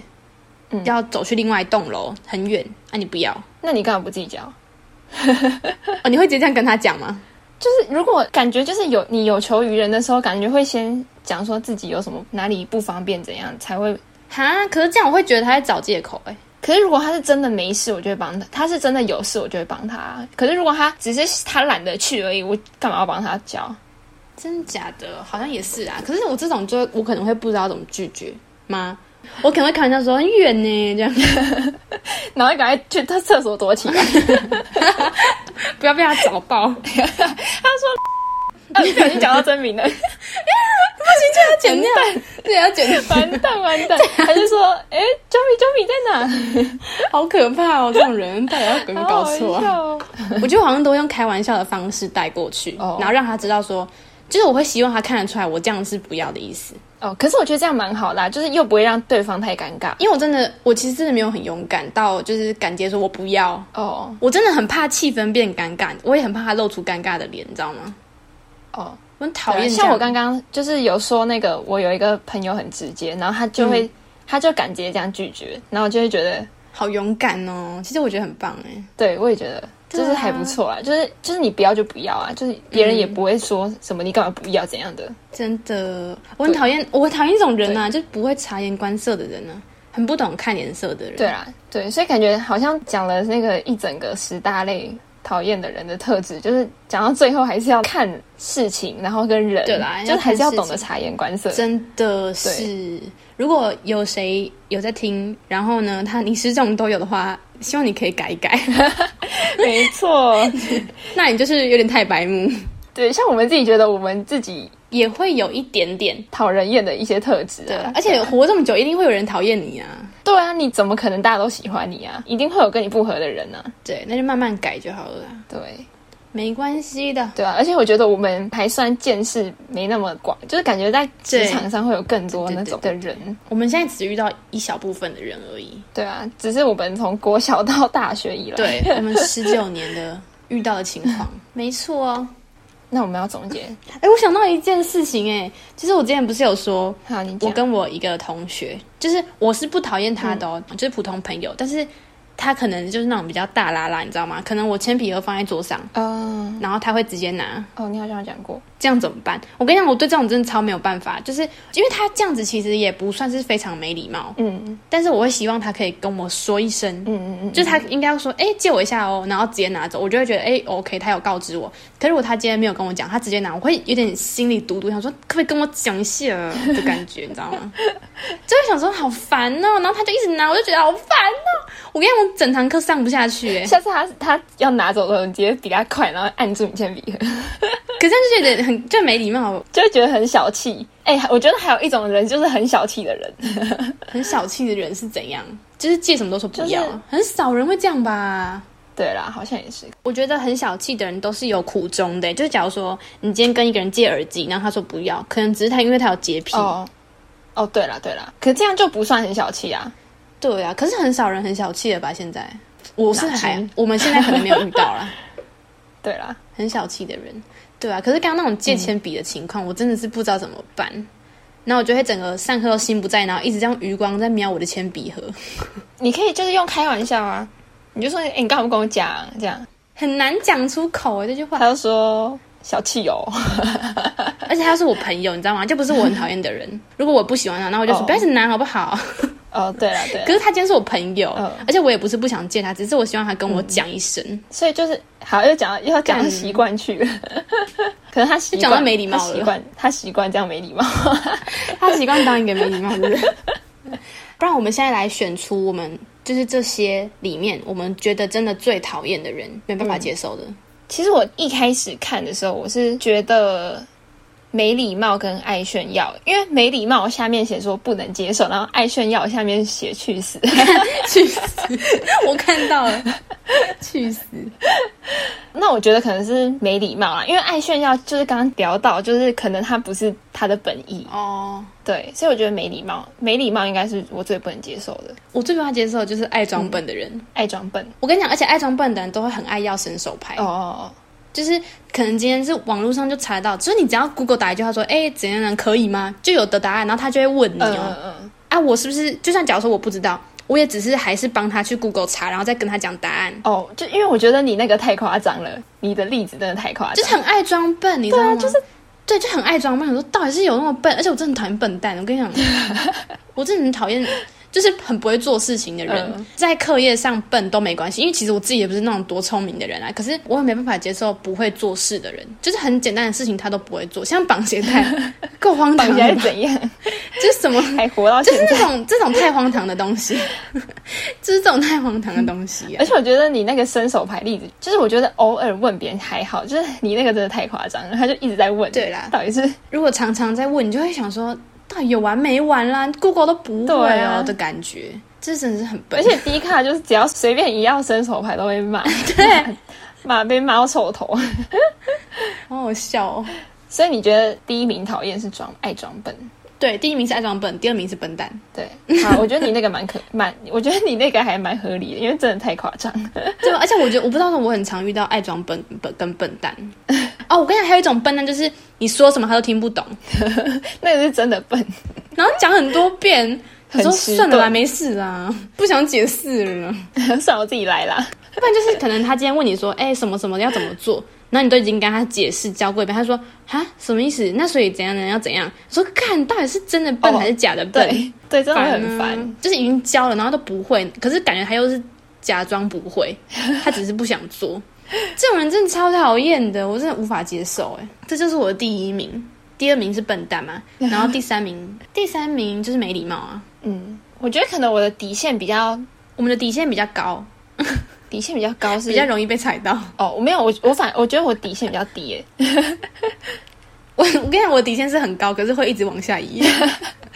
A: 嗯
B: 要走去另外一栋楼，很远，那、你不要、
A: 那你干嘛不自己教？
B: 哦？你会直接这样跟他讲吗？
A: 就是如果感觉就是有你有求于人的时候，感觉会先讲说自己有什么哪里不方便怎样才会。
B: 哈，可是这样我会觉得他在找借口、哎，
A: 可是如果他是真的没事，我就会帮他；他是真的有事，我就会帮他。可是如果他只是他懒得去而已，我干嘛要帮他教？
B: 真假的，好像也是啊。可是我这种就我可能会不知道怎么拒绝吗？我可能会开玩笑说很远欸呢，这样
A: 然后赶快去他厕所躲起来。
B: 不要被他找爆。不行，
A: 啊，不小心讲到真名了，
B: 这要剪掉，这要剪掉，
A: 完蛋完蛋！ 他就说：“哎、j o m m y Jommy 在
B: 好可怕哦！这种人到底要有没
A: 哪？”
B: 有搞错、
A: 好好
B: 啊？
A: 笑哦
B: 我觉得好像都用开玩笑的方式带过去，
A: 哦
B: 然后让他知道说，就是我会希望他看得出来我这样是不要的意思。
A: 哦，可是我觉得这样蛮好啦，就是又不会让对方太尴尬。
B: 因为我真的，我其实真的没有很勇敢到就是敢直接说我不要，
A: 哦
B: 我真的很怕气氛变尴尬，我也很怕他露出尴尬的脸，你知道吗？
A: 哦，
B: 我很讨厌这样。
A: 像我刚刚就是有说那个，我有一个朋友很直接，然后他就会、他就敢直接这样拒绝，然后我就会觉得，
B: 好勇敢哦，其实我觉得很棒哎。
A: 对我也觉得。
B: 对
A: 就
B: 啊
A: 是还不错啦，就是就是你不要就不要啊，就是别人也不会说什么你干嘛不要怎样的，
B: 真的，我很讨厌，我很讨厌这种人啊，就是不会察言观色的人啊，很不懂看脸色的人。啊
A: 对，啊啦，对，所以感觉好像讲了那个一整个十大类讨厌的人的特质，就是讲到最后还是要看事情，然后跟人，
B: 对啦
A: 就是还是要懂
B: 要看事
A: 得
B: 情
A: 察言观色。
B: 真的是。如果有谁有在听，然后呢，他你是这种都有的话，希望你可以改一改。
A: 没错，
B: 那你就是有点太白目，
A: 对，像我们自己觉得我们自己
B: 也会有一点点。
A: 讨人厌的一些特质、
B: 对
A: 啊，，
B: 而且活这么久，一定会有人讨厌你啊。
A: 对啊，你怎么可能大家都喜欢你啊？一定会有跟你不合的人啊。
B: 对，那就慢慢改就好了啦，
A: 对，
B: 没关系的。
A: 对啊，而且我觉得我们还算见识没那么广，就是感觉在职
B: 对
A: 场上会有更多那种的人。
B: 我们现在只遇到一小部分的人而已。
A: 对啊，只是我们从国小到大学以来，
B: 对我们十九年的遇到的情况，没错哦。
A: 那我们要总结，
B: 哎、我想到一件事情、哎，其实我之前不是有说，
A: 好，你
B: 我
A: 讲。
B: 跟我一个同学，就是我是不讨厌他的哦，就是普通朋友，但是他可能就是那种比较大拉拉，你知道吗？可能我铅笔盒放在桌上，
A: 嗯，
B: 然后他会直接拿，
A: 哦，你好像有讲过，
B: 这样怎么办？我跟你讲，我对这种真的超没有办法，就是因为他这样子其实也不算是非常没礼貌，
A: 嗯
B: 但是我会希望他可以跟我说一声，
A: 嗯嗯嗯，
B: 就是他应该要说，哎、借我一下哦，然后直接拿走，我就会觉得，哎、o k 他有告知我。可是如果他今天没有跟我讲，他直接拿，我会有点心里嘟嘟，想说可不可以跟我讲一下啊的感觉，你知道 吗？就会想说好烦哦，然后他就一直拿，我就觉得好烦哦。我跟你讲，我整堂课上不下去、 哎，
A: 下次他他要拿走的时候，你直接比他快，然后按住你铅笔盒，
B: 可是这样就觉得很就没礼貌，
A: 就会觉得很小气。哎、我觉得还有一种人就是很小气的人，
B: 很小气的人是怎样？就是借什么都说不要，
A: 就是
B: 很少人会这样吧？
A: 对啦，好像也是，
B: 我觉得很小气的人都是有苦衷的、就是假如说你今天跟一个人借耳机，然后他说不要，可能只是他因为他有洁癖，
A: 哦哦，对啦对啦，可这样就不算很小气啊。
B: 对啊，可是很少人很小气了吧？现在我是
A: 哪
B: 还
A: 只，
B: 我们现在可能没有遇到啦，
A: 对啦，
B: 很小气的人，对啊。可是刚刚那种借铅笔的情况，我真的是不知道怎么办。然后我就会整个上课都心不在，然后一直这样余光在瞄我的铅笔盒，
A: 你可以就是用开玩笑啊，你就说，哎、你干嘛不跟我讲？这样，
B: 很难讲出口哎、这句话。
A: 他就说小气哦，
B: 而且他是我朋友，你知道吗？就不是我很讨厌的人。如果我不喜欢他，那我就说、
A: 哦
B: 不要一直拿好不好？
A: 哦，对啦对啦，
B: 可是他今天是我朋友，
A: 嗯
B: 而且我也不是不想见他，只是我希望他跟我讲一声。
A: 所以就是好，又讲到又要讲到
B: 干
A: 习惯去了， 可能他习惯
B: 嗯讲到没礼貌
A: 他习
B: 了
A: 惯他习惯这样没礼貌。
B: 他习惯当一个没礼貌的人。 不然我们现在来选出我们就是这些里面我们觉得真的最讨厌的人，没办法接受的。
A: 其实我一开始看的时候，我是觉得没礼貌跟爱炫耀，因为没礼貌下面写说不能接受，然后爱炫耀下面写去死。
B: 去死！我看到了， 去死！
A: 那我觉得可能是没礼貌啦，因为爱炫耀就是刚刚聊到，就是可能他不是他的本意，
B: 哦、
A: 对，所以我觉得没礼貌，没礼貌应该是我最不能接受的，
B: 我最不能接受的就是爱装笨的人。
A: 爱装笨。
B: 嗯我跟你讲，而且爱装笨的人都会很爱要伸手牌，
A: 哦哦
B: 就是可能今天是网络上就查得到，就是你只要 Google 打一句话说，哎、怎样能可以吗？就有的答案，然后他就会问你
A: 哦，
B: 哦。
A: 嗯嗯嗯，
B: 啊，我是不是就算假如说我不知道，我也只是还是帮他去 Google 查，然后再跟他讲答案，
A: 哦，就因为我觉得你那个太夸张了，你的例子真的太夸张，
B: 就是很啊爱装笨，你知道
A: 啊
B: 吗？就是对，就很爱装笨。我说到底是有那么笨，而且我真的很讨厌笨蛋。我跟你讲，我真的很讨厌。就是很不会做事情的人，
A: 嗯
B: 在课业上笨都没关系，因为其实我自己也不是那种多聪明的人啊。可是我也没办法接受不会做事的人，就是很简单的事情他都不会做，像绑鞋带，够荒
A: 绑
B: 唐
A: 起来
B: 了
A: 是
B: 吧？
A: 怎样？
B: 就就是什么，
A: 还活到
B: 就
A: 现
B: 是这
A: 在。
B: 种这种太荒唐的东西， 就是这种太荒唐的东西、啊
A: 而。且我觉得你那个伸手牌例子，就是我觉得偶尔问别人还好，就是你那个真的太夸张了，他就一直在问，
B: 对啦
A: 到底是
B: 如果常常在问，你就会想说，到底有完没完啦？Google 都不会
A: 对
B: 哦、
A: 啊
B: 的感觉，这真的是很笨。
A: 而且低卡就是只要随便一要伸手牌都被骂，
B: 对，
A: 骂被骂到臭头。
B: 好好笑哦。
A: 所以你觉得第一名讨厌是装爱装笨？
B: 对，第一名是爱装笨，第二名是笨蛋。
A: 对，好，我觉得你那个蛮可蛮，我觉得你那个还蛮合理的，因为真的太夸张。
B: 对吧，而且我觉得我不知道为什么我很常遇到爱装笨笨跟笨 蛋。哦，我跟你讲，还有一种笨蛋就是你说什么他都听不懂，
A: 那个是真的笨，
B: 然后讲很多 遍，
A: 很
B: 他说
A: 迟
B: 算了啦，
A: 钝
B: 没事啦，不想解释了。
A: 算我自己来啦。
B: 不然就是可能他今天问你说，哎、什么什么要怎么做，然后你都已经跟他解释教过一遍，他说哈什么意思？那所以怎样呢？要怎样？说看到底是真的笨
A: 哦
B: 还是假的笨？
A: 对对，真的会很
B: 啊
A: 烦。，
B: 就是已经教了，然后都不会，可是感觉他又是假装不 会，他只是不想做。这种人真的超讨厌的，我真的无法接受。哎，这就是我的第一名，第二名是笨 蛋嘛，然后第三名，第三名就是没礼貌啊。
A: 嗯，我觉得可能我的底线比较
B: 我们的底线比较高，
A: 底线比较高是
B: 比较容易被踩到。
A: 哦，我没有，我我反我觉得我底线比较低耶。
B: 我我跟你讲，我底线是很高，可是会一直往下移。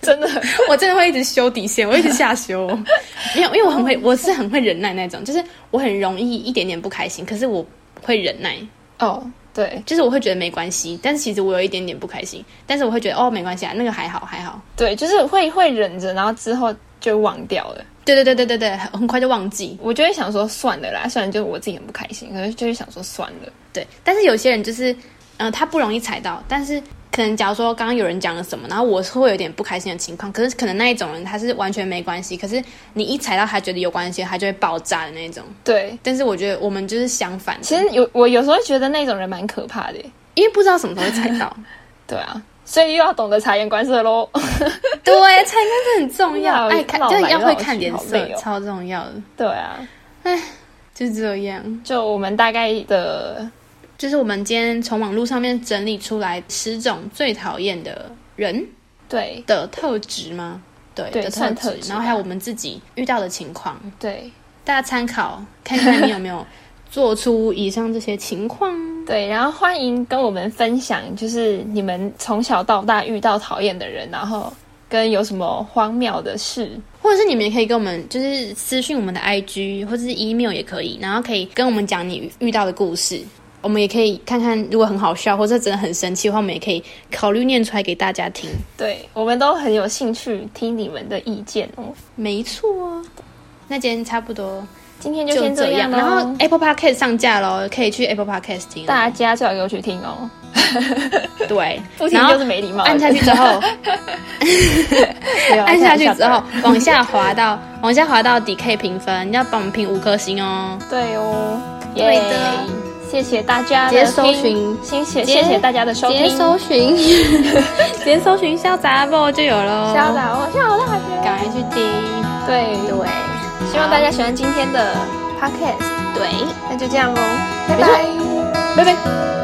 A: 真的，
B: 我真的会一直修底线，我一直下修。 没有，因为我很会，我是很会忍耐那种，就是我很容易一点点不开心，可是我会忍耐。
A: 哦，对
B: 就是我会觉得没关系，但是其实我有一点点不开心，但是我会觉得哦没关系啊，那个还好还好。
A: 对，就是会会忍着，然后之后就忘掉了。
B: 对对对对对对，很很快就忘记。
A: 我就会想说算了啦，虽然就我自己很不开心，可是就是想说算了。
B: 对，但是有些人就是，嗯、他不容易踩到，但是可能假如说刚刚有人讲了什么，然后我是会有点不开心的情况，可是可能那一种人他是完全没关系，可是你一踩到他觉得有关系，他就会爆炸的那种。
A: 对，
B: 但是我觉得我们就是相反的，
A: 其实有我有时候觉得那种人蛮可怕的耶。
B: 因为不知道什么时候会踩到。
A: 对啊，所以又要懂得察言观色喽。
B: 对，踩跟这很重
A: 绕
B: 要，爱看
A: 绕
B: 就是
A: 来
B: 要会
A: 绕
B: 看
A: 去
B: 脸
A: 好
B: 色，
A: 累哦
B: 超重要的，
A: 对啊，
B: 就这样。
A: 就我们大概的
B: 就是我们今天从网络上面整理出来十种最讨厌的人
A: 对
B: 的特质吗？对，
A: 对
B: 的特
A: 算
B: 质，
A: 特质
B: 然后还有我们自己遇到的情况，
A: 对
B: 大家参考看看你有没有做出以上这些情况。
A: 对，然后欢迎跟我们分享，就是你们从小到大遇到讨厌的人，然后跟有什么荒谬的事。
B: 或者是你们也可以跟我们，就是私讯我们的 IG 或者是 email 也可以，然后可以跟我们讲你遇到的故事，我们也可以看看，如果很好笑或者真的很生气的话，我们也可以考虑念出来给大家听。
A: 对我们都很有兴趣听你们的意见哦。
B: 没错啊，那今天差不多
A: 今天就
B: 就
A: 先
B: 这
A: 样
B: 样，
A: 咯，
B: 然后 Apple Podcast 上架喽，可以去 Apple Podcast 听咯。
A: 大家最好给我去听哦，
B: 对，
A: 不听
B: 然后
A: 就是没礼貌的人。
B: 按下去之 后，
A: 没有啦，
B: 按下去之
A: 开玩笑的，
B: 后往下滑到往下滑到 DK 评分，要帮我们评五颗星哦。
A: 对哦，
B: 对
A: 耶
B: 的，
A: 谢谢大家
B: 直接
A: 的
B: 搜
A: 听
B: 寻
A: 谢谢
B: 直接
A: 谢谢大家的收
B: 直接
A: 听，
B: 搜寻， 直接搜寻“潇洒不”就有喽。
A: 校，长，我校大学，
B: 赶快去听。
A: 对
B: 对，
A: 希望大家喜欢今天的 podcast，
B: 对。
A: 那就这样喽，拜
B: 没错
A: 拜，拜拜。